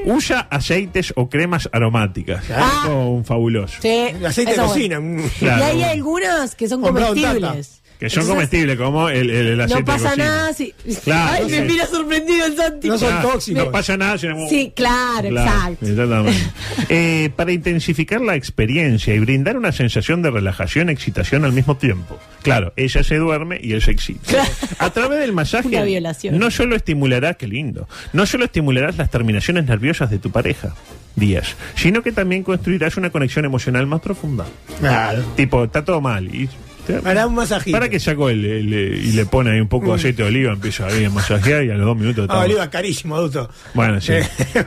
S4: Usa aceites o cremas aromáticas.
S7: Ah.
S4: Eso, un fabuloso.
S7: Sí,
S5: El aceite de
S7: eso
S5: cocina.
S7: bueno.
S5: mm.
S4: Claro.
S7: Y hay algunas que son
S5: Comprado en
S7: comestibles.
S4: Que son
S7: Entonces,
S4: comestibles, como el, el, el aceite
S7: No
S4: de
S7: pasa
S4: cocina.
S7: nada si.
S4: Claro,
S7: Ay,
S4: no
S7: me
S4: sé.
S7: mira sorprendido el Santi.
S5: No son
S4: Ah,
S5: tóxicos.
S4: No pasa nada si no-
S7: Sí, claro, exacto.
S4: exactamente. Eh, para intensificar la experiencia y brindar una sensación de relajación y excitación al mismo tiempo. Claro, ella se duerme y él se excita. A través del
S7: Una
S4: masaje
S7: violación.
S4: no solo estimularás, qué lindo, no solo estimularás las terminaciones nerviosas de tu pareja, Díaz, sino que también construirás una conexión emocional más profunda.
S5: Claro.
S4: Tipo, está todo mal. Y te-
S5: Hará un masajito.
S4: para que sacó el, el- el- y le pone ahí un poco de aceite de oliva, empieza ahí a masajear y a los dos minutos
S5: Ah,
S4: está-
S5: Oliva, carísimo, adulto.
S4: bueno, sí,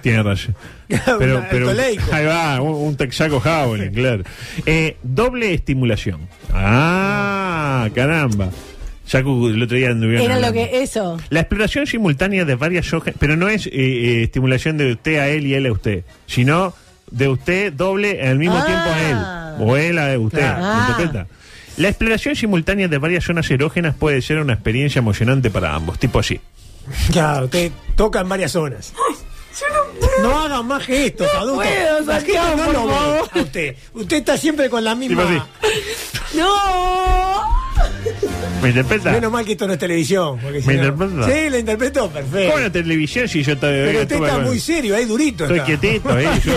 S4: tiene razón. Pero,
S5: Una-
S4: pero-
S5: Toleico.
S4: ahí va, un, un texaco javelin, claro. Eh, doble estimulación. Ah, caramba. Ya cu- el otro día anduvieron.
S7: Era lo
S4: hablando.
S7: que. Eso.
S4: La exploración simultánea de varias hojas, pero no es eh, eh, estimulación de usted a él y él a usted, sino de usted doble al mismo
S7: Ah.
S4: tiempo a él o él a usted.
S5: Claro.
S4: ¿me
S7: Ah.
S4: interpreta? La exploración simultánea de varias zonas erógenas puede ser una experiencia emocionante para ambos, tipo así.
S5: Claro, te tocan varias zonas. No hagan más gestos, adulto.
S7: puedo,
S5: La gente
S7: Santiago,
S5: no
S7: por
S5: lo ve
S7: favor.
S5: a usted. Usted está siempre con la
S4: Tipo así.
S5: misma.
S7: ¡No!
S4: ¿Me interpreta?
S5: Menos mal que esto no es televisión. porque si
S4: ¿Me
S5: no-
S4: interpreta?
S5: Sí, la interpretó,
S4: ¿Cómo la
S5: perfecto.
S4: televisión si yo todavía
S5: Pero usted
S4: estuve
S5: está
S4: con-
S5: muy serio, ahí durito.
S4: Estoy
S5: está.
S4: quietito, ¿eh? Yo-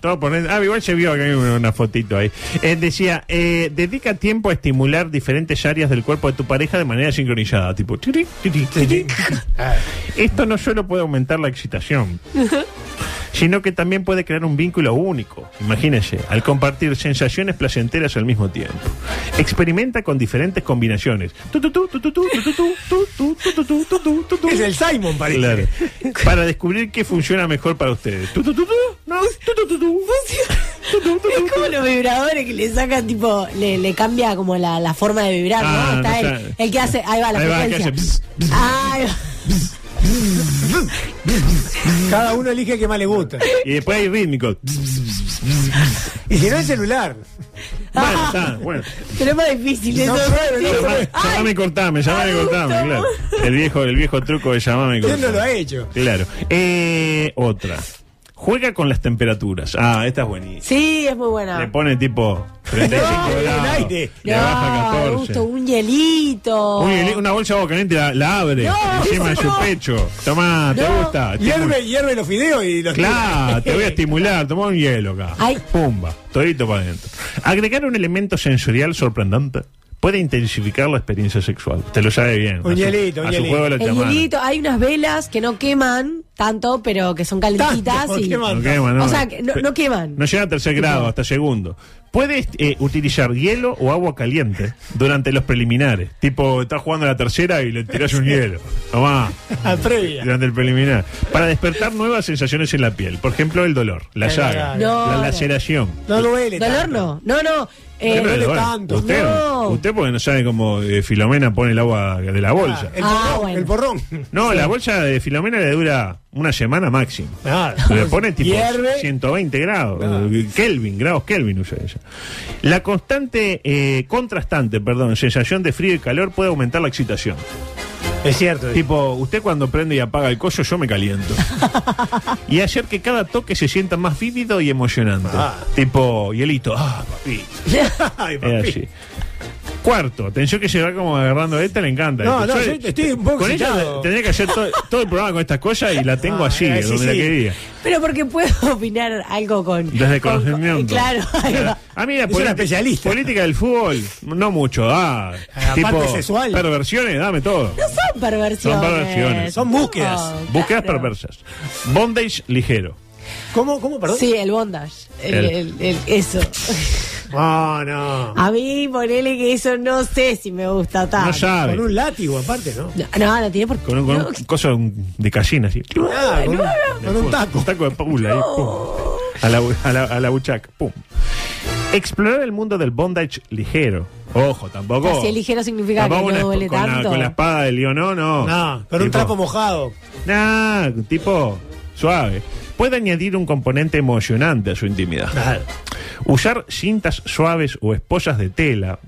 S4: todo por dentro. Ah, igual se vio que hay una, una fotito ahí. Eh, decía, eh, dedica tiempo a estimular diferentes áreas del cuerpo de tu pareja de manera sincronizada. Tipo, tiri, tiri, tiri.
S5: Ah,
S4: Esto no solo puede aumentar la excitación, sino que también puede crear un vínculo único. Imagínense, al compartir sensaciones placenteras al mismo tiempo. Experimenta con diferentes combinaciones. Tu, tu, tu, tu, tu, tu, tu, tu, tu, tu, tu, tu, tu, tu, tu, tu.
S5: Es el Simon, parece.
S4: Claro. Para descubrir qué funciona mejor para ustedes. Tu, tu, tu, tu. No, tu, tu, tu, tu. Tu, tu, tu, tu,
S7: Es como
S4: tu.
S7: los vibradores que le sacan, tipo, le, le cambia como la, la forma de vibrar,
S4: Ah,
S7: ¿no? Está
S4: no
S7: el,
S4: sé.
S7: el que hace, ahí va la
S4: Ahí va, que
S7: frecuencia.
S4: hace pss, pss.
S7: Ahí va.
S5: Cada uno elige el que más le gusta.
S4: Y después hay rítmicos.
S5: Y si no es celular.
S4: Bueno, está, bueno.
S7: Pero es más difícil eso.
S5: No puede, no
S7: sí.
S5: puede.
S7: Ay,
S4: Llamame y cortame, llamame y cortame, claro. El viejo, el viejo truco de llamame y
S5: ¿Quién
S4: cortame.
S5: no lo ha hecho?
S4: Claro. Eh, otra. Juega con las temperaturas. Ah, esta es buenísima.
S7: Sí, es muy
S4: Le
S7: buena.
S4: pone tipo 35 grados.
S5: No, el aire.
S4: Le baja
S7: me
S4: 14.
S7: gusta un hielito.
S4: Uy, el- una bolsa de agua caliente la, la abre
S7: No,
S4: encima de su
S7: no.
S4: pecho. Tomá, ¿te gusta?
S5: Hierve, hierve los fideos y los
S4: Ah, Claro, te voy a estimular, toma un hielo acá.
S7: Ay.
S4: Pumba, todito para adentro. Agregar un elemento sensorial sorprendente puede intensificar la experiencia sexual. Te lo sabe bien.
S5: Un
S4: A su-
S5: hielito, un
S4: a su
S5: hielito.
S4: juego lo
S7: El
S4: llamaron.
S7: hielito, hay unas velas que no queman tanto, pero que son calentitas
S5: Tanto,
S7: y.
S5: qué mal.
S4: No quema, no.
S7: O sea, que no- no queman.
S4: No llega a tercer grado, hasta segundo. Puedes eh, utilizar hielo o agua caliente durante los preliminares. Tipo, estás jugando a la tercera y le tirás un hielo. Tomá.
S5: A previa.
S4: Durante el preliminar. Para despertar nuevas sensaciones en la piel. Por ejemplo, el dolor, la
S5: Es
S4: llaga,
S5: verdad.
S7: No,
S4: la
S7: no.
S4: laceración.
S5: No duele.
S7: Dolor
S5: tanto.
S7: no. No, no. Eh,
S4: Pero, bueno, usted,
S7: No.
S4: usted porque no sabe cómo eh, Filomena pone el agua de la
S7: Ah,
S4: bolsa.
S5: Ah,
S7: eh,
S5: El porrón, el porrón.
S4: No, la bolsa de Filomena le dura una semana máximo.
S7: Ah.
S4: Le pone tipo
S5: Ah, Hierve.
S4: 120 grados, eh, Kelvin, grados Kelvin usa ella. La constante, eh, contrastante, perdón, sensación de frío y calor puede aumentar la excitación.
S5: Es cierto.
S4: Tipo, usted cuando prende y apaga el collo, yo me caliento. y hacer que cada toque se sienta más vívido y emocionante.
S7: Ah.
S4: Tipo, hielito, ah, papi.
S5: Ay,
S4: Es
S5: papi.
S4: así. Cuarto, atención que se va como agarrando esta, le encanta.
S5: No, no,
S4: Yo-
S5: yo estoy un poco
S4: Con ella
S5: excitado.
S4: tendría que hacer todo, todo el programa con estas cosas y la tengo así,
S5: eh, sí,
S4: donde la
S5: sí.
S4: quería.
S7: Pero porque puedo opinar algo con.
S4: Desde
S7: con-
S4: conocimiento.
S7: Claro, ahí va.
S4: A mí la
S5: Es una
S4: politi-
S5: especialista.
S4: política del fútbol, no mucho. Ah,
S5: Ah,
S4: tipo,
S5: aparte sexual.
S4: perversiones, dame todo.
S7: No son perversiones.
S4: Son perversiones.
S5: Son búsquedas.
S7: No,
S4: Búsquedas
S7: claro.
S4: perversas. Bondage ligero.
S5: ¿Cómo, cómo, perdón?
S7: Sí, el bondage. El-
S4: El-
S7: el- el- eso.
S5: No, Ah, no.
S7: A mí, ponele que eso no sé si me gusta tanto.
S4: No sabe.
S5: Ah, Con un látigo, aparte, ¿no?
S7: No, no, no tiene por qué.
S4: Con un, con un
S7: No,
S4: coso de casina así.
S5: Nada, con, un- con un taco.
S4: Un taco de paula ahí, pum. A la, bu- a la- a la buchaca, pum. Explorar el mundo del bondage ligero. Ojo, tampoco.
S7: Así el ligero significa que
S4: tampoco
S7: no
S4: una esp-
S7: duele
S4: con la-
S7: tanto.
S4: con la espada de León, no, no.
S5: No, con un
S4: Tipo-
S5: trapo mojado.
S4: Nah, tipo suave. Puede añadir un componente emocionante a su intimidad.
S5: Claro.
S4: Usar cintas suaves o esposas de tela.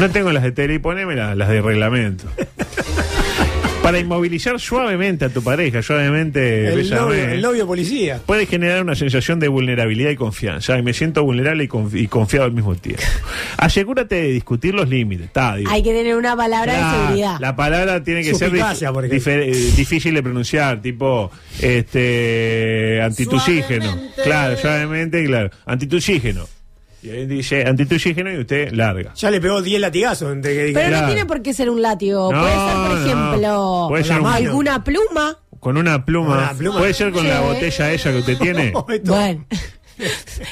S4: No tengo las de tela y poneme la- las, de reglamento. Para inmovilizar suavemente a tu pareja, suavemente.
S5: El
S4: bésame.
S5: novio, el novio policía.
S4: Puede generar una sensación de vulnerabilidad y confianza. Ay, me siento vulnerable y, confi- y confiado al mismo tiempo. Asegúrate de discutir los límites. Está, digo.
S7: Hay que tener una palabra de
S4: Claro,
S7: seguridad.
S4: La palabra tiene que ser dif-
S5: Suspicacia, por ejemplo.
S4: difer- eh, difícil de pronunciar, tipo este antitusígeno. Claro, suavemente, claro. Antitusígeno. Y ahí dice antitusígeno y usted larga.
S5: Ya le pegó 10 latigazos. entre que-
S7: Pero
S4: Claro.
S7: no tiene por qué ser un látigo.
S4: No,
S7: puede ser, por
S4: no.
S7: ejemplo,
S4: Puede ser
S5: un-
S7: alguna pluma.
S4: Con una pluma.
S5: Con una pluma.
S4: Puede ser con la
S7: Sí.
S4: botella esa que usted tiene.
S5: Esto-
S7: Bueno.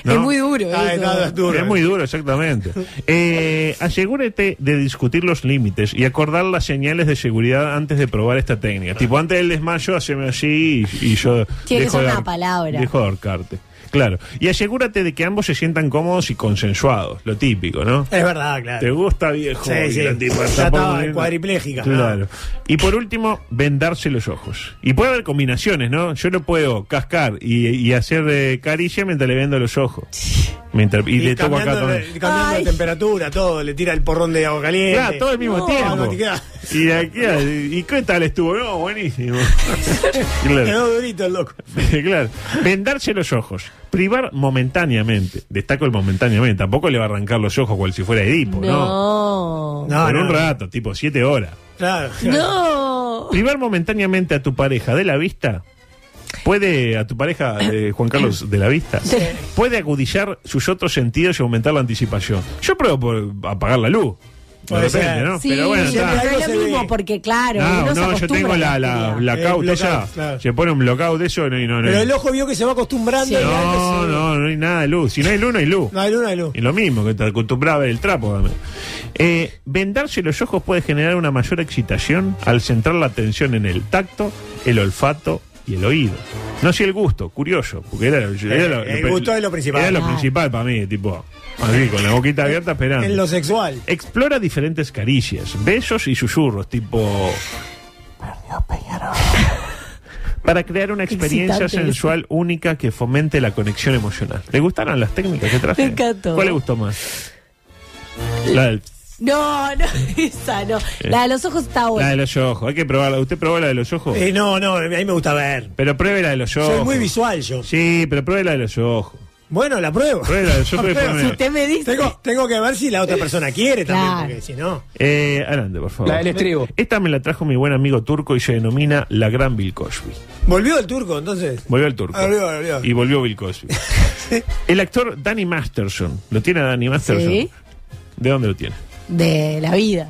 S4: No.
S7: Es muy duro.
S5: Ah,
S7: eso.
S5: no, no, es duro.
S4: Es muy duro, exactamente. Eh, asegúrate de discutir los límites y acordar las señales de seguridad antes de probar esta técnica. Tipo, antes del desmayo, haceme así y, y yo.
S7: que
S4: dejo
S7: ser
S4: de
S7: una
S4: ahor-
S7: palabra.
S4: Dejo de ahorcarte. Claro. Y asegúrate de que ambos se sientan cómodos y consensuados, lo típico, ¿no?
S5: Es verdad,
S4: ¿Te
S5: claro.
S4: gusta, viejo?
S5: Sí,
S4: Y
S5: sí.
S4: la tipa
S5: Ya
S4: está
S5: estaba
S4: poniendo-
S5: cuadripléjica.
S4: Claro. Y por último, vendarse los ojos. Y puede haber combinaciones, ¿no? Yo no puedo cascar y, y hacer eh, caricia mientras le vendo los ojos. Mientras- y, le toco acá
S5: cambiando,
S4: también.
S5: de- cambiando de
S7: Ay.
S5: temperatura, todo, le tira el porrón de agua caliente.
S4: Claro, todo al mismo
S5: No,
S4: tiempo.
S5: no te queda-
S4: y, de aquí a- ¿Y qué tal estuvo? No, buenísimo.
S5: Quedó
S4: claro.
S5: durito el loco.
S4: claro. Vendarse los ojos. Privar momentáneamente. Destaco el momentáneamente. Tampoco le va a arrancar los ojos cual si fuera Edipo, ¿no?
S7: No.
S5: No,
S4: Por
S5: no.
S4: un rato, tipo siete horas.
S5: Claro.
S7: No.
S4: Privar momentáneamente a tu pareja de la vista. Puede, a tu pareja, eh, Juan Carlos, de la vista, puede agudizar sus otros sentidos y aumentar la anticipación. Yo pruebo por apagar la luz. De
S5: Puede
S4: repente,
S5: ser.
S4: ¿no?
S7: Sí,
S4: Pero
S7: pero,
S4: bueno, está.
S5: siempre
S7: no es
S5: algo
S7: lo
S5: se ve.
S7: mismo porque, claro.
S4: No,
S7: uno se
S4: no, yo
S7: acostumbla
S4: tengo
S7: a
S4: la, la
S7: oscuridad.
S4: blackout
S5: El
S4: esa.
S5: blackout, claro.
S4: Se pone un blackout de eso y no, no,
S5: Pero
S4: hay-
S5: el ojo vio que se va acostumbrando.
S7: Sí.
S5: y algo
S4: no,
S5: se-
S4: no, no hay nada de luz. Si no hay luz, no hay luz.
S5: No hay luna, hay luz.
S4: Y lo mismo, que te acostumbraba a ver el trapo. dame. Eh, vendarse los ojos puede generar una mayor excitación al centrar la atención en el tacto, el olfato y el oído. No si el gusto, curioso, porque era, lo- era lo-
S5: el
S4: lo-
S5: gusto es lo principal.
S4: Era lo
S7: Claro.
S4: principal para mí, tipo, así, con la boquita abierta esperando.
S5: En lo sexual.
S4: Explora diferentes caricias, besos y susurros, tipo. Para crear una experiencia
S7: Excitante eso.
S4: sensual única que fomente la conexión emocional. ¿Le gustaron las técnicas que traje?
S7: Me encantó.
S4: ¿Cuál le gustó más? La del-
S7: No, no, esa no. La de los ojos
S4: Eh.
S7: está
S4: la de
S7: buena.
S4: los ojos. Hay que probarla. ¿Usted probó la de los ojos?
S5: Eh, no, no, a mí me gusta ver.
S4: Pero pruebe la de los ojos.
S5: Soy muy visual yo.
S4: Sí, pero pruebe la de los ojos.
S5: Bueno, la pruebo.
S4: Pruebe la de los ojos. y
S5: Pero
S4: ponme-
S5: si
S7: Usted me dice.
S5: Tengo, tengo que ver si la otra persona quiere también,
S7: Claro.
S5: porque si no.
S4: Eh, adelante, por favor.
S2: La del estribo.
S4: Esta me la trajo mi buen amigo turco y se denomina la gran Bill Cosby.
S5: ¿Volvió el turco entonces?
S4: Volvió el turco.
S5: Ah, volvió, volvió.
S4: Y volvió Bill Cosby. el actor Danny Masterson. ¿Lo tiene a Danny Masterson?
S7: Sí.
S4: ¿De dónde lo tiene?
S7: de la vida.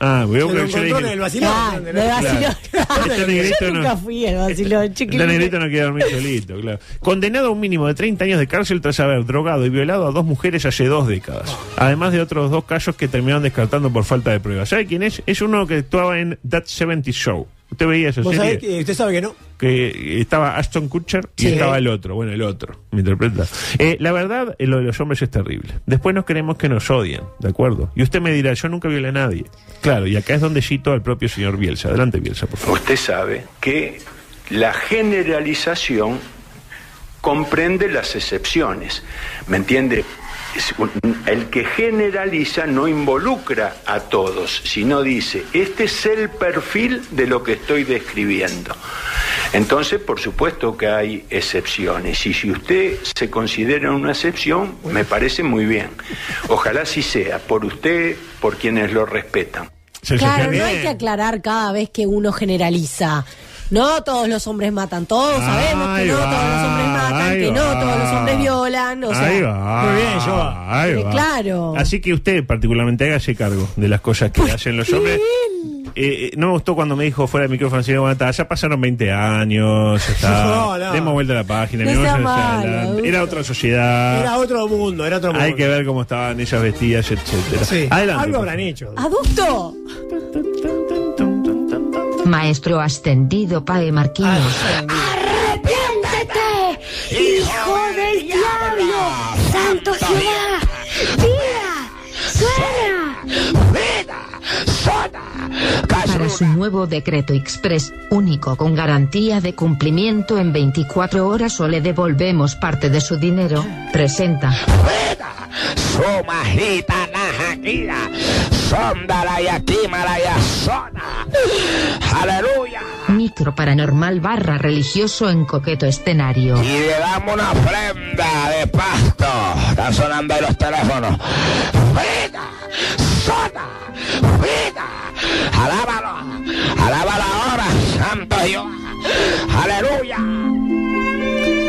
S4: Ah, veo
S5: Se lo
S4: que yo le
S5: encontró en
S4: dije.
S5: el vacilón.
S7: Ah,
S5: ¿dónde
S7: de
S5: la-
S7: vacilón.
S4: Este negrito
S7: Yo
S4: no.
S7: nunca fui al vacilón, chiquilín.
S4: este, La negrita no quiere dormir solito, claro. Condenado a un mínimo de 30 años de cárcel tras haber drogado y violado a dos mujeres hace dos décadas. Además de otros dos casos que terminaron descartando por falta de pruebas. ¿Sabe quién es? Es uno que actuaba en That 70 Show. Usted veía eso,
S5: ¿Vos sabés que- usted sabe que no.
S4: que estaba Ashton Kutcher y
S5: Sí.
S4: estaba el otro, bueno, el otro, me interpreta. Eh, la verdad, eh, lo de los hombres es terrible. Después nos queremos que nos odien, ¿de acuerdo? Y usted me dirá, yo nunca violé a nadie. Claro, y acá es donde cito al propio señor Bielsa. Adelante, Bielsa, por favor.
S12: Usted sabe que la generalización comprende las excepciones. ¿Me entiende? Es un- El que generaliza no involucra a todos, sino dice, este es el perfil de lo que estoy describiendo. Entonces, por supuesto que hay excepciones, y si usted se considera una excepción, me parece muy bien. Ojalá sí sea, por usted, por quienes lo respetan.
S7: Claro, no hay que aclarar cada vez que uno generaliza. No todos los hombres matan, todos sabemos que
S4: Ahí
S7: no
S4: va,
S7: todos los hombres matan,
S4: ahí
S7: que no
S4: va.
S7: todos los hombres violan, o sea,
S4: Ahí va.
S7: Muy bien,
S4: Joa. Ahí
S7: Pero
S4: va.
S7: claro.
S4: Así que usted particularmente hágase cargo de las cosas que hacen los hombres. Eh, eh, no me gustó cuando me dijo fuera de micrófono, señor Bonata, ya pasaron 20 años, ya está.
S5: No, no.
S4: demos vuelta a la página.
S5: No
S4: miremos
S5: sea
S4: hacia
S5: malo,
S4: adelante.
S5: Augusto.
S4: era otra sociedad.
S5: Era otro mundo, era otro mundo.
S4: Ah. Hay que ver cómo estaban ellas vestidas, etcétera.
S5: Sí.
S4: Adelante.
S5: Algo habrán hecho.
S7: ¡Adusto!
S11: Maestro ascendido Pae Marquinhos.
S2: ¡Arrepiéntete, hijo del diablo! ¡Santo Jehová! ¡Vida! ¡Suena! ¡Vida!
S11: Para su nuevo decreto express, único con garantía de cumplimiento en 24 horas o le devolvemos parte de su dinero, presenta.
S2: Somajita najaquira, sondala y aquímala y azona. Aleluya.
S11: Micro paranormal barra religioso en coqueto escenario.
S2: Y le damos una ofrenda de pasto. Están sonando ahí los teléfonos. Vida, sona, vida. Alábalo, alábalo ahora, santo Dios. Aleluya.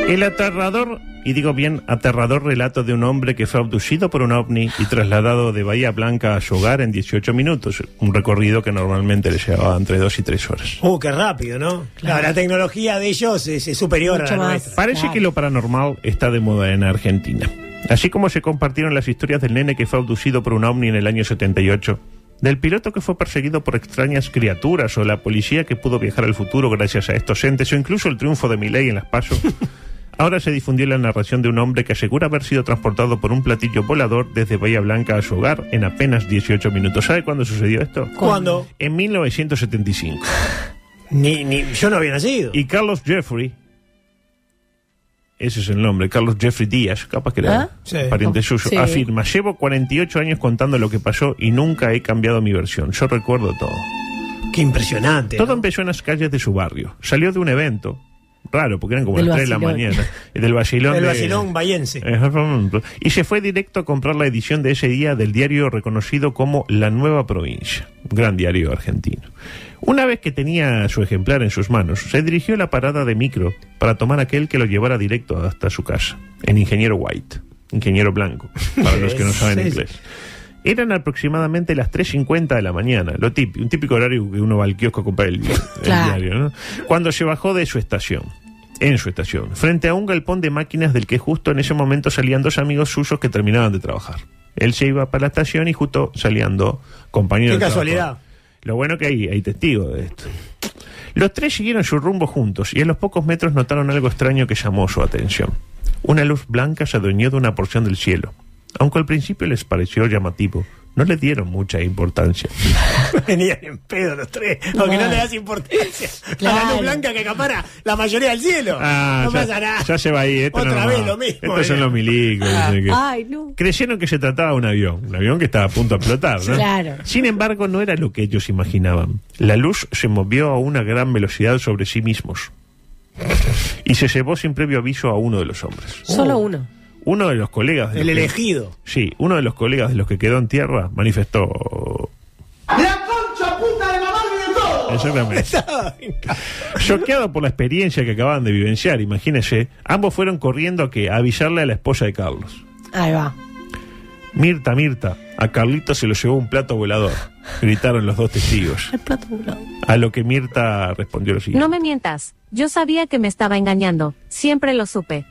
S4: El aterrador, y digo bien, aterrador relato de un hombre que fue abducido por un ovni y trasladado de Bahía Blanca a su hogar en 18 minutos, un recorrido que normalmente le llevaba entre 2 y 3 horas.
S5: Uh, qué rápido, ¿no? Claro, la tecnología de ellos es, es superior a la nuestra.
S4: Parece que lo paranormal está de moda en Argentina. Así como se compartieron las historias del nene que fue abducido por un ovni en el año 78, del piloto que fue perseguido por extrañas criaturas o la policía que pudo viajar al futuro gracias a estos entes o incluso el triunfo de Milei en las pasos. Ahora se difundió la narración de un hombre que asegura haber sido transportado por un platillo volador desde Bahía Blanca a su hogar en apenas 18 minutos. ¿Sabe cuándo sucedió esto?
S5: ¿Cuándo?
S4: En 1975.
S5: Ni, ni, yo no había nacido.
S4: Y Carlos Jeffrey, ese es el nombre, Carlos Jeffrey Díaz, capaz que era
S5: ¿Ah? Sí.
S4: pariente
S5: Oh,
S4: suyo,
S5: sí.
S4: afirma, llevo 48 años contando lo que pasó y nunca he cambiado mi versión, yo recuerdo todo.
S5: Qué impresionante.
S4: Todo empezó en las calles de su barrio, salió de un evento, raro, porque eran como
S5: Del
S4: las 3 de la
S5: vacilón.
S4: mañana, del vacilón.
S5: El
S4: de-
S5: vacilón bayense.
S4: Exactamente. Y se fue directo a comprar la edición de ese día del diario reconocido como La Nueva Provincia, un gran diario argentino. Una vez que tenía su ejemplar en sus manos, se dirigió a la parada de micro para tomar aquel que lo llevara directo hasta su casa, en Ingeniero White, Ingeniero Blanco, para los que no saben
S5: Sí.
S4: inglés. Eran aproximadamente las 3.50 de la mañana, lo típico, un típico horario que uno va al kiosco a comprar el, el
S5: Claro.
S4: diario, ¿no? Cuando se bajó de su estación, en su estación, frente a un galpón de máquinas del que justo en ese momento salían dos amigos suyos que terminaban de trabajar. Él se iba para la estación y justo salían dos compañeros.
S5: Qué
S4: de trabajo.
S5: casualidad.
S4: Lo bueno que hay, hay testigos de esto. Los tres siguieron su rumbo juntos y a los pocos metros notaron algo extraño que llamó su atención. Una luz blanca se adueñó de una porción del cielo. Aunque al principio les pareció llamativo, no le dieron mucha importancia.
S5: Venían en pedo los tres. Aunque no
S4: Mal.
S5: le das importancia. A
S4: Claro.
S5: la luz blanca que acapara la mayoría del cielo.
S4: Ah,
S5: no
S4: ya,
S5: pasa nada.
S4: ya se va ahí. Esto
S5: Otra
S4: no
S5: vez lo mismo, ¿eh?
S4: Estos son
S5: era.
S4: los milicos. no sé qué.
S7: Ay, no.
S4: Creyeron que se trataba de un avión, un avión que estaba a punto de explotar, ¿no?
S7: Claro.
S4: Sin embargo, no era lo que ellos imaginaban. La luz se movió a una gran velocidad sobre sí mismos y se llevó sin previo aviso a uno de los hombres.
S7: Solo uno.
S4: Uno de los colegas. de
S5: El
S4: los que-
S5: elegido.
S4: sí, uno de los colegas de los que quedó en tierra manifestó.
S2: La concha puta de mamá de todo.
S4: Exactamente. Choqueado por la experiencia que acababan de vivenciar, imagínense, ambos fueron corriendo a, que, a avisarle a la esposa de Carlos.
S7: Ahí va.
S4: Mirta, Mirta, a Carlito se lo llevó un plato volador, gritaron los dos testigos.
S13: El plato volador.
S4: A lo que Mirta respondió lo siguiente.
S13: No me mientas, yo sabía que me estaba engañando, siempre lo supe.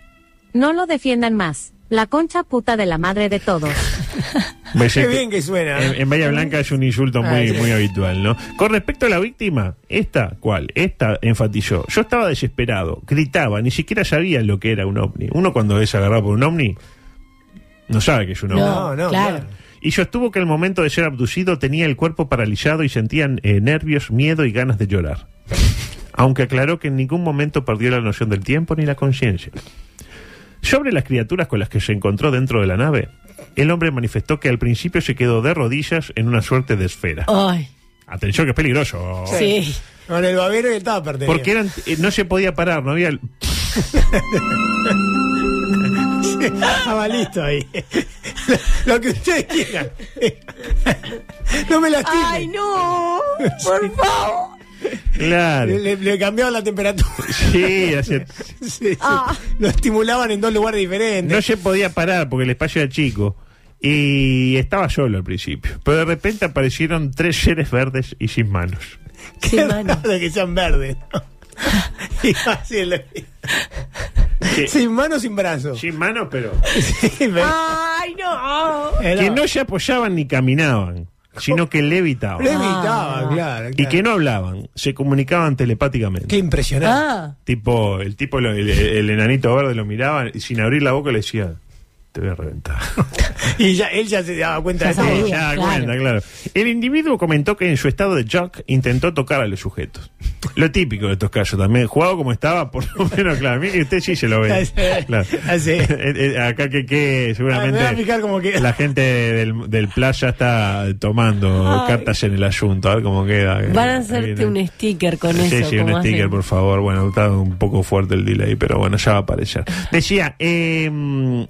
S13: No lo defiendan más,
S14: La concha puta de la madre de todos.
S4: Me sé
S5: Qué bien que suena, ¿eh?
S4: En, en Bahía Blanca es un insulto
S5: Ah,
S4: muy,
S5: sí.
S4: muy habitual, ¿no? Con respecto a la víctima, esta, ¿cuál? Esta enfatizó. Yo estaba desesperado, gritaba, ni siquiera sabía lo que era un ovni. Uno cuando es agarrado por un ovni, no sabe que es un ovni.
S5: No, no, claro. claro.
S4: Y sostuvo que al momento de ser abducido tenía el cuerpo paralizado y sentían eh, nervios, miedo y ganas de llorar. Aunque aclaró que en ningún momento perdió la noción del tiempo ni la conciencia. Sobre las criaturas con las que se encontró dentro de la nave, el hombre manifestó que al principio se quedó de rodillas en una suerte de esfera.
S7: Ay.
S4: Atención, que es peligroso.
S5: Con el babero y el tupper. tenía.
S4: Porque eran, eh, no se podía parar, no había. el-
S5: Estaba listo ahí. Lo que ustedes quieran. No me lastimen.
S15: Ay,
S5: no. Por favor.
S4: Claro.
S5: Le, le- le cambiaban la temperatura.
S4: Sí, hacía-
S5: Sí, sí. Lo estimulaban en dos lugares diferentes.
S4: no se podía parar porque el espacio era chico. Y estaba solo al principio. Pero de repente aparecieron tres seres verdes y sin manos.
S5: Qué raro que sean verdes. ¿no? Y así es la- Sin mano, sin brazo.
S4: Sin mano, pero.
S5: Ah.
S7: Ay, no.
S4: Que no se apoyaban ni caminaban, sino que levitaban.
S5: Levitaban, claro,
S4: Y que no hablaban, se comunicaban telepáticamente.
S5: Qué impresionante.
S7: Ah.
S4: Tipo, el tipo, lo- el, el enanito verde lo miraba y sin abrir la boca le decía, te voy a reventar.
S5: Y ya, él ya se daba cuenta de todo.
S4: Sí, se da cuenta, claro. El individuo comentó que en su estado de shock intentó tocar a los sujetos. Lo típico de estos casos también. Jugado como estaba, por lo menos, claro. Mire, usted sí se lo ve. Claro. Eh, eh, Acá que, que
S5: Ah, me
S4: seguramente
S5: va a picar como que.
S4: la gente del, del playa está tomando
S7: Ay.
S4: cartas en el asunto. A ver cómo queda.
S7: Van a
S4: Eh, Ahí
S7: hacerte
S4: viene.
S7: un sticker con
S4: Sí,
S7: eso.
S4: sí,
S7: como
S4: un
S7: hacen.
S4: sticker, por favor. Bueno, está un poco fuerte el delay, pero bueno, ya va a aparecer. Decía, eh,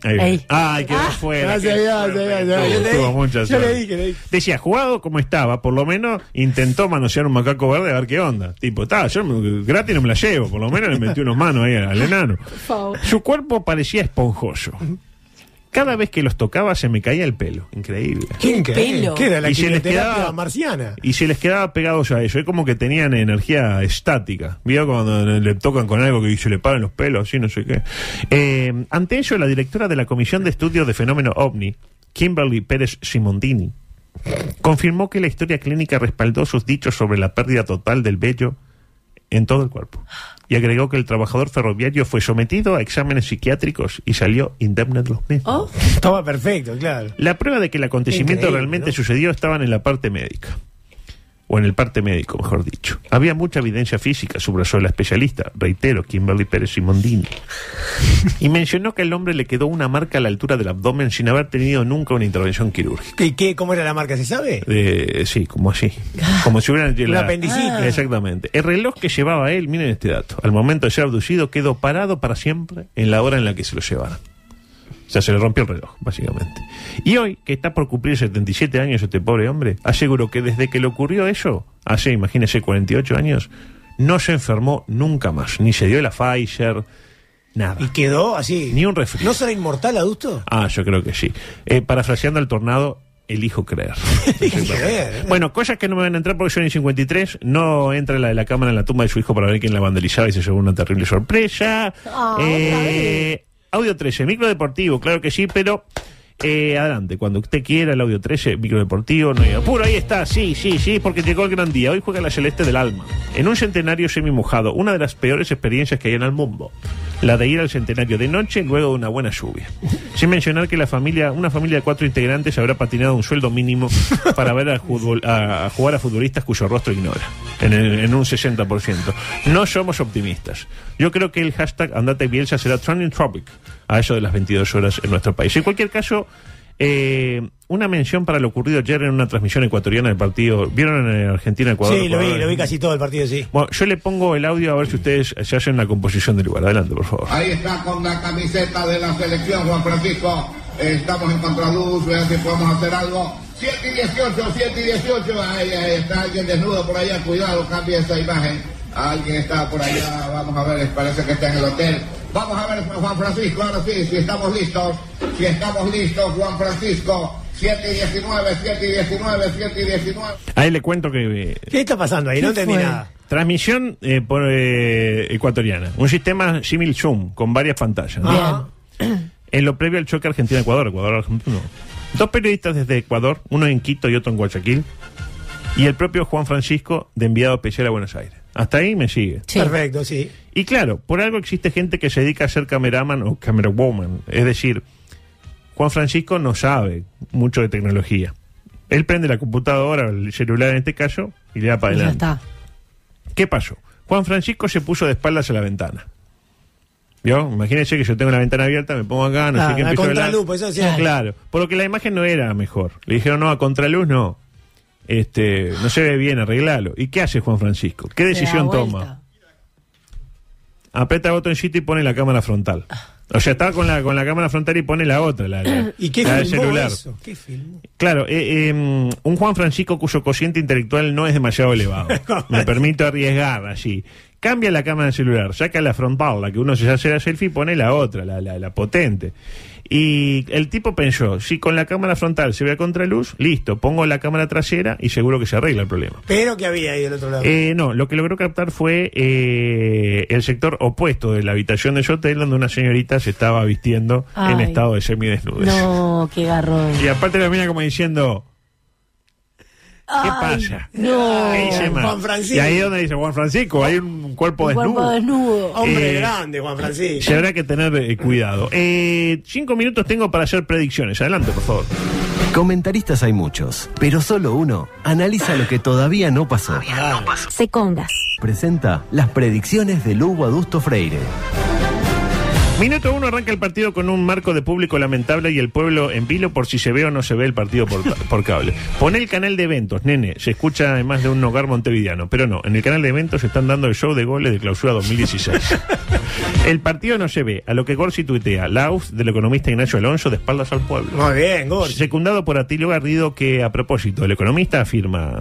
S4: ahí viene.
S5: Ey.
S4: Ay, quedó
S5: Ah.
S4: fuera.
S5: Ah, se vio,
S4: quedó
S5: se vio,
S4: fuera.
S5: se vio.
S4: Tuvo-
S5: Yo le
S4: tuvo
S5: di-
S4: mucha
S5: yo
S4: suerte.
S5: le di, que le di.
S4: Decía, jugado como estaba, por lo menos intentó manosear un macaco verde a ver qué onda. Tipo, está, yo me- gratis no me la llevo, por lo menos le metí unos manos ahí al enano. Su cuerpo parecía esponjoso. Cada vez que los tocaba se me caía el pelo. Increíble.
S5: ¿Quién que-
S4: pelo?
S5: ¿Qué era la
S4: Y se les
S5: quimioterapia
S4: quedaba-
S5: marciana?
S4: Y se les quedaba pegados a eso. Es como que tenían energía estática. ¿Vio? Cuando le tocan con algo que se le paran los pelos, así, no sé qué. Eh, ante ello, la directora de la Comisión de Estudios de Fenómeno OVNI, Kimberly Pérez Simontini, confirmó que la historia clínica respaldó sus dichos sobre la pérdida total del vello en todo el cuerpo. Y agregó que el trabajador ferroviario fue sometido a exámenes psiquiátricos y salió indemne de los mismos.
S5: Estaba perfecto, claro.
S4: La prueba de que el acontecimiento
S5: Increíble,
S4: realmente
S5: ¿no?
S4: sucedió estaban en la parte médica. O en el parte médico, mejor dicho. Había mucha evidencia física, subrayó la especialista, reitero, Kimberly Pérez Simondini. Y mencionó que al hombre le quedó una marca a la altura del abdomen sin haber tenido nunca una intervención quirúrgica.
S5: ¿Y qué, cómo era la marca? ¿Se sabe?
S4: Eh, sí, como así. Como si hubieran
S5: Una apendicitis. Ah.
S4: Exactamente. El reloj que llevaba él, miren este dato, al momento de ser abducido quedó parado para siempre en la hora en la que se lo llevaron. O sea, se le rompió el reloj, básicamente. Y hoy, que está por cumplir 77 años este pobre hombre, aseguró que desde que le ocurrió eso, hace, imagínese, 48 años, no se enfermó nunca más. Ni se dio la Pfizer, nada.
S5: Y quedó así.
S4: Ni un resfriado.
S5: ¿No será inmortal, adusto?
S4: Ah, yo creo que sí. Eh, parafraseando al tornado, elijo creer. Eh, bueno, cosas que no me van a entrar porque yo en el 53 no entra la de la cámara en la tumba de su hijo para ver quién la vandalizaba y se llevó una terrible sorpresa.
S15: Ah,
S4: Eh, audio 13, micro deportivo, claro que sí, pero eh, adelante, cuando usted quiera el audio 13, micro deportivo, no hay apuro, ahí está, sí, sí, sí, porque llegó el gran día. Hoy juega la Celeste del Alma, en un centenario semi mojado, una de las peores experiencias que hay en el mundo, la de ir al centenario de noche luego de una buena lluvia. Sin mencionar que la familia, una familia de cuatro integrantes habrá patinado un sueldo mínimo para ver al fútbol- a, a jugar a futbolistas cuyo rostro ignora, en, el- en un 60%. No somos optimistas. Yo creo que el hashtag Andate Bielsa será trending topic a eso de las 22 horas en nuestro país. En cualquier caso, eh, una mención para lo ocurrido ayer en una transmisión ecuatoriana del partido. ¿Vieron en Argentina-Ecuador?
S5: Sí, lo vi, lo vi casi todo el partido, sí.
S4: Bueno, yo le pongo el audio a ver si ustedes se hacen la composición del lugar. Adelante, por
S5: Ah.
S4: favor.
S12: Ahí está con la camiseta de la selección, Juan Francisco. Eh, Estamos en contraluz, vean si podemos hacer algo. 7 y 18, 7 y 18. Ahí, ahí está alguien desnudo por allá, cuidado, cambia esa imagen. Alguien está por allá, vamos a ver, parece que está en el hotel. Vamos a ver, Juan Francisco, ahora sí, si estamos listos, si estamos listos, Juan Francisco. 7 y 19, 7 y 19, 7 y 19.
S4: Ahí le cuento que... eh,
S5: ¿Qué está pasando ahí? No entendí nada.
S4: Ah. Transmisión eh,
S5: Ah.
S4: por, eh, ecuatoriana. Un sistema simil Zoom con varias pantallas. ¿no? en lo previo al choque Argentina-Ecuador, Ecuador-Argentino. Dos periodistas desde Ecuador, uno en Quito y otro en Guayaquil, y el propio Juan Francisco de enviado especial a Buenos Aires. Hasta ahí me sigue.
S5: Perfecto, sí.
S4: Y claro, por algo existe gente que se dedica a ser cameraman o camerawoman. Es decir, Juan Francisco no sabe mucho de tecnología. Él prende la computadora, el celular en este caso, y le da para
S7: Y ya
S4: adelante.
S7: está.
S4: ¿Qué pasó? Juan Francisco se puso de espaldas a la ventana. ¿Vio? Imagínense que yo tengo la ventana abierta, me pongo acá, no
S5: Ah,
S4: sé qué
S5: a
S4: empiezo hablar.
S5: contraluz, pues, eso sí.
S4: Claro, por lo que la imagen no era mejor. Le dijeron, no, a contraluz no. Este, no se ve bien, arreglalo. ¿Y qué hace Juan Francisco? ¿Qué
S7: Se
S4: decisión
S7: da vuelta.
S4: toma? Aprieta el botoncito y pone la cámara frontal. O sea, estaba con la, con la cámara frontal y pone la otra, la, la-
S5: ¿Y qué
S4: la del
S5: filmó
S4: celular.
S5: eso? ¿Qué filmó?
S4: Claro, eh, eh, un Juan Francisco cuyo cociente intelectual no es demasiado elevado. Me permito arriesgar allí. Cambia la cámara del celular, saca la frontal, la que uno se hace la selfie, y pone la otra, la, la- la potente. Y el tipo pensó, si con la cámara frontal se ve a contraluz, listo, pongo la cámara trasera y seguro que se arregla el problema.
S5: Pero que había ahí del otro lado.
S4: Eh, no, lo que logró captar fue eh, el sector opuesto de la habitación de ese hotel donde una señorita se estaba vistiendo en
S7: Ay.
S4: estado de semidesnudez.
S7: No, qué garrón.
S4: Y aparte lo mira como diciendo, ¿qué pasa?
S7: No,
S4: ¿Qué hice mal?
S5: Juan Francisco.
S4: eh, Y ahí es donde dice Juan Francisco, hay un cuerpo
S7: Un
S4: desnudo.
S7: cuerpo desnudo.
S5: Hombre
S4: eh,
S5: grande, Juan Francisco.
S4: Se habrá que tener eh, cuidado. Eh, cinco minutos tengo para hacer predicciones. Adelante, por favor.
S1: Comentaristas hay muchos, pero solo uno analiza lo que todavía no pasó.
S16: Secondas.
S1: Presenta las predicciones de Lugo Adusto Freire.
S4: Minuto uno arranca el partido con un marco de público lamentable y el pueblo en vilo por si se ve o no se ve el partido por, por cable. Pone el canal de eventos, nene. Se escucha en más de un hogar montevideano, pero no. En el canal de eventos están dando el show de goles de clausura 2016. el partido no se ve, a lo que Gorsi tuitea. Laus del economista Ignacio Alonso de espaldas al pueblo.
S5: Muy bien, Gorsi.
S4: Secundado por Atilio Garrido que, a propósito, el economista afirma
S17: A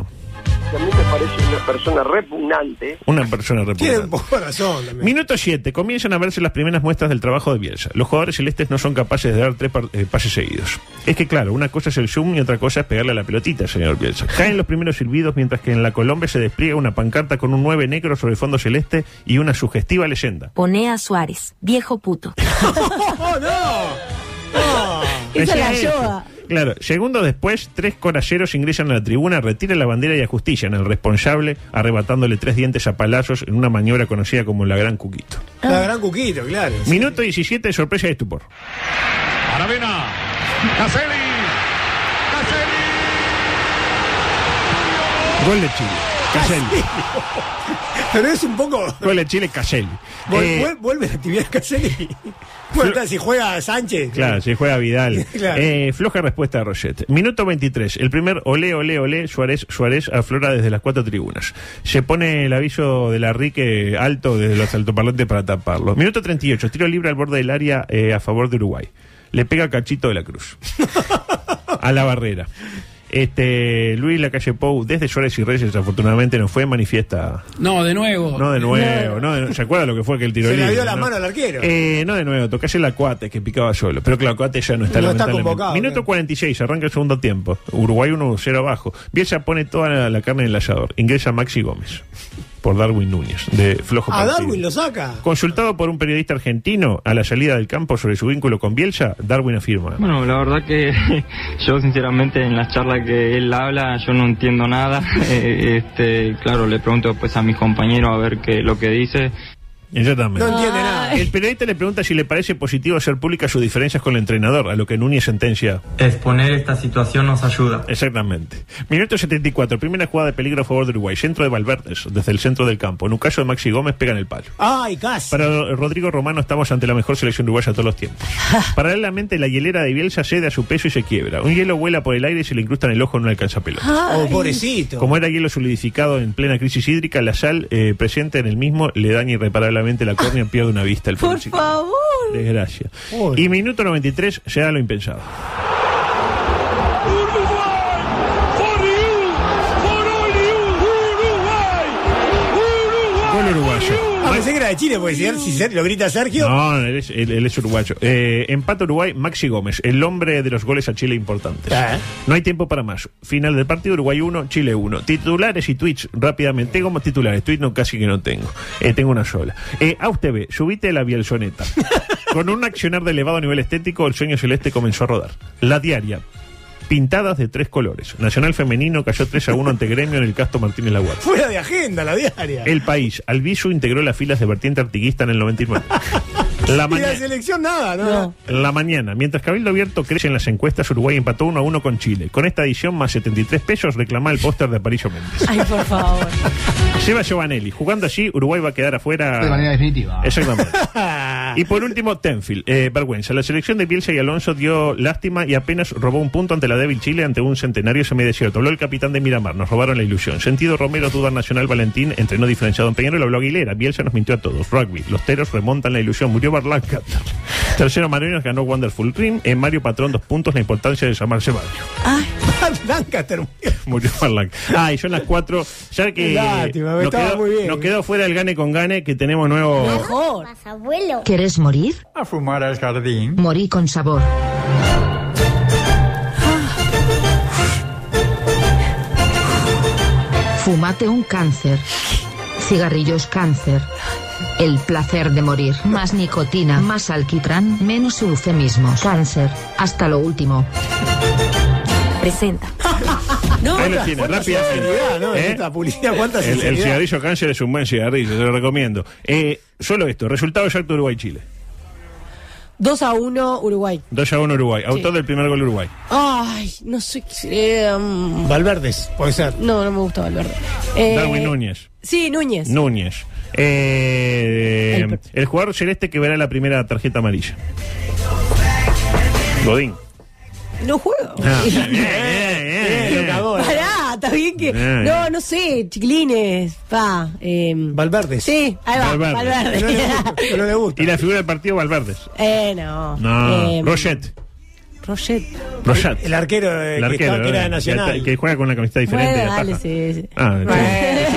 S17: mí me parece una persona repugnante.
S4: una persona
S5: Tiene un
S4: repugnante.
S5: poco de razón también.
S4: Minuto 7. Comienzan a verse las primeras muestras del trabajo de Bielsa. Los jugadores celestes no son capaces de dar tres par- eh, pases seguidos. Es que, claro, una cosa es el zoom y otra cosa es pegarle a la pelotita, señor Bielsa. Caen los primeros silbidos mientras que en la Colombia se despliega una pancarta con un 9 negro sobre el fondo celeste y una sugestiva leyenda.
S16: Ponea Suárez. Viejo puto.
S5: ¡Oh, no!
S7: Esa la
S4: Decía eso.
S7: yoga.
S4: Claro, segundos después, tres coraceros ingresan a la tribuna, retiran la bandera y ajustician al responsable, arrebatándole tres dientes a palazos en una maniobra conocida como la Gran Cuquito.
S5: La gran cuquito, claro.
S4: Minuto 17, sorpresa y estupor.
S18: Aravena. Caselli.
S4: Gol de Chile. Caselli.
S5: Pero es un poco.
S4: Gol de Chile, Caselli.
S5: Vol-
S4: Eh,
S5: vuel- vuelve la actividad Caselli. Bueno, claro, si juega Sánchez.
S4: Claro, si juega Vidal.
S5: Claro.
S4: Eh, floja respuesta de Rochette. Minuto 23. El primer olé, olé, olé, Suárez, Suárez aflora desde las cuatro tribunas. Se pone el aviso de la Rique alto desde los altoparlantes para taparlo. Minuto 38. Tiro libre al borde del área eh, a favor de Uruguay. Le pega Cachito de la Cruz. a la barrera. Este, Luis Lacalle Pou, desde Suárez y Reyes, afortunadamente no fue, manifiesta.
S2: No, de nuevo.
S4: No de nuevo, no, de- ¿se acuerda lo que fue que el tiro
S5: Se le
S4: libre?
S5: dio la
S4: no?
S5: mano al arquero.
S4: Eh, no de nuevo, tocase la cuate que picaba solo. Pero claro, cuate ya no está
S5: No está
S4: lamentablemente.
S5: convocado,
S4: Minuto
S5: claro.
S4: 46, arranca el segundo tiempo. Uruguay 1-0 abajo. Bielsa pone toda la, la carne en el asador. Ingresa Maxi Gómez por Darwin Núñez, de flojo
S5: A
S4: partido.
S5: Ah, Darwin lo saca.
S4: Consultado por un periodista argentino a la salida del campo sobre su vínculo con Bielsa, Darwin afirma.
S12: Bueno, la verdad que yo sinceramente en la charla que él habla yo no entiendo nada. Eh, este, claro, le pregunto pues a mis compañeros a ver qué lo que dice.
S4: Exactamente.
S5: No entiende nada.
S4: El periodista le pregunta si le parece positivo hacer públicas sus diferencias con el entrenador, a lo que Núñez sentencia.
S12: Exponer esta situación nos ayuda.
S4: Exactamente. Minuto 74, primera jugada de peligro a favor de Uruguay. Centro de Valverde, desde el centro del campo. En un caso de Maxi Gómez, pegan el palo.
S5: Ay, casi.
S4: Para Rodrigo Romano estamos ante la mejor selección uruguaya de todos los tiempos. Paralelamente, la hielera de Bielsa cede a su peso y se quiebra. Un hielo vuela por el aire y se le incrusta en el ojo en una alcanzapelo.
S7: Ah.
S5: Oh, pobrecito.
S4: Como era hielo solidificado en plena crisis hídrica, la sal eh, presente en el mismo le daña irreparablemente la córnea, pierde una vista. El
S7: Por
S4: pobre chico.
S7: favor.
S4: Desgracia. Y minuto 93 se da lo impensado. Gol uruguayo.
S5: Ah, pensé que era de Chile, porque si, si Ser- lo grita Sergio.
S4: No, él es, él- él es uruguayo. Eh, empate Uruguay, Maxi Gómez, el hombre de los goles a Chile importantes.
S5: Ah.
S4: No hay tiempo para más. Final del partido, Uruguay 1, Chile 1. Titulares y tweets, rápidamente. Tengo más titulares, tweets no, casi que no tengo. Eh, tengo una sola. Eh, Aus TV, subite la bielsoneta. Con un accionar de elevado nivel estético, el sueño celeste comenzó a rodar. La diaria, pintadas de tres colores. Nacional Femenino cayó 3 a 1 ante Gremio en el Casto Martínez Laguardia.
S5: Fuera de agenda la diaria.
S4: El país. Albizu integró las filas de Vertiente Artiguista en el 99. La
S5: y la
S4: mañana.
S5: selección nada, ¿no? no.
S4: La mañana. Mientras Cabildo Abierto crece en las encuestas, Uruguay empató 1 a 1 con Chile. Con esta edición, más 73 pesos, reclama el póster de Aparicio Méndez.
S7: Ay, por favor.
S4: Seba Giovanelli. Jugando allí, Uruguay va a quedar afuera.
S19: De manera definitiva.
S4: Exactamente.
S5: Ah.
S4: Y por último, Tenfield. Eh, vergüenza. La selección de Bielsa y Alonso dio lástima y apenas robó un punto ante la débil Chile ante un centenario semidesierto. Habló el capitán de Miramar. Nos robaron la ilusión. Sentido Romero, duda nacional, Valentín, entrenó diferenciado en Peñarol, habló Aguilera. Bielsa nos mintió a todos. Rugby. Los teros remontan la ilusión. Murió Barlanca. Tercero Marinos ganó Wonderful Dream. En Mario Patrón, dos puntos. La importancia de llamarse Mario.
S5: Ay, Lancaster.
S4: Murió Barlanca. Ah, y yo en las cuatro. Ya que
S5: Qué lástima,
S4: nos,
S5: estaba
S4: quedó,
S5: muy bien.
S4: nos quedó fuera el gane con gane que tenemos nuevo.
S20: abuelo? ¿Querés morir?
S19: A fumar al jardín.
S11: Morí con sabor. Fumate un cáncer. Cigarrillos cáncer. El placer de morir. Más nicotina, más alquitrán, menos eufemismo. Cáncer. Hasta lo último. Presenta.
S7: No,
S4: Ahí lo tiene,
S5: cuánta
S4: rápidamente.
S5: solidaridad, ¿no?
S4: ¿Eh?
S5: Esta publicidad, cuánta
S4: el, el
S5: sinceridad.
S4: cigarrillo cáncer es un buen cigarrillo, te lo recomiendo. Eh, solo esto, resultado exacto Uruguay-Chile.
S7: 2 a 1 Uruguay.
S4: 2 a 1 Uruguay, autor
S7: Sí.
S4: del primer gol Uruguay.
S7: Ay, no sé. qué- eh, mm,
S5: Valverdes, puede ser.
S7: no, no me gusta Valverde. Eh,
S4: Darwin Núñez.
S7: Sí, Núñez.
S4: Núñez. Eh,
S7: El
S4: el, jugador celeste que verá la primera tarjeta amarilla. Godín.
S7: No juego.
S4: Ah, bien, bien, bien, bien.
S7: Pará, está bien que.
S4: Bien.
S7: No, no sé, chiquilines. Pa, eh,
S5: Valverde.
S7: sí, ahí va,
S4: Valverde.
S7: Valverde.
S5: No le gusta.
S4: Y la figura del partido Valverde.
S7: eh, no.
S4: No.
S7: Eh,
S4: Roget.
S7: Roget.
S4: Roget.
S5: El arquero, eh,
S4: El
S5: que, estaba-
S4: arquero,
S5: que era
S4: ¿no?
S5: nacional.
S4: Que, que juega con una camiseta diferente.
S7: Bueno,
S4: de
S7: dale,
S4: paja.
S7: sí, sí.
S4: Ah, sí.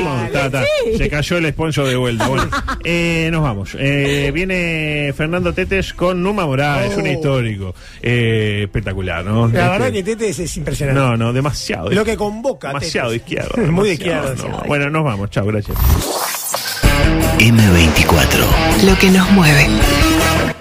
S7: Bueno.
S4: Está, está.
S7: Sí.
S4: Se cayó el sponsor de vuelta. Bueno, eh, nos vamos. Eh, viene Fernando Tetes con Numa Morales,
S5: Oh.
S4: un histórico. Eh, espectacular, ¿no?
S5: La
S4: Este-
S5: verdad que Tete es, es impresionante.
S4: No, no, demasiado.
S5: Lo que convoca. Tete.
S4: Demasiado izquierdo.
S5: Muy de
S4: demasiado,
S5: izquierda.
S4: no. Bueno, nos vamos. Chao, gracias.
S1: M24.
S21: Lo que nos mueve.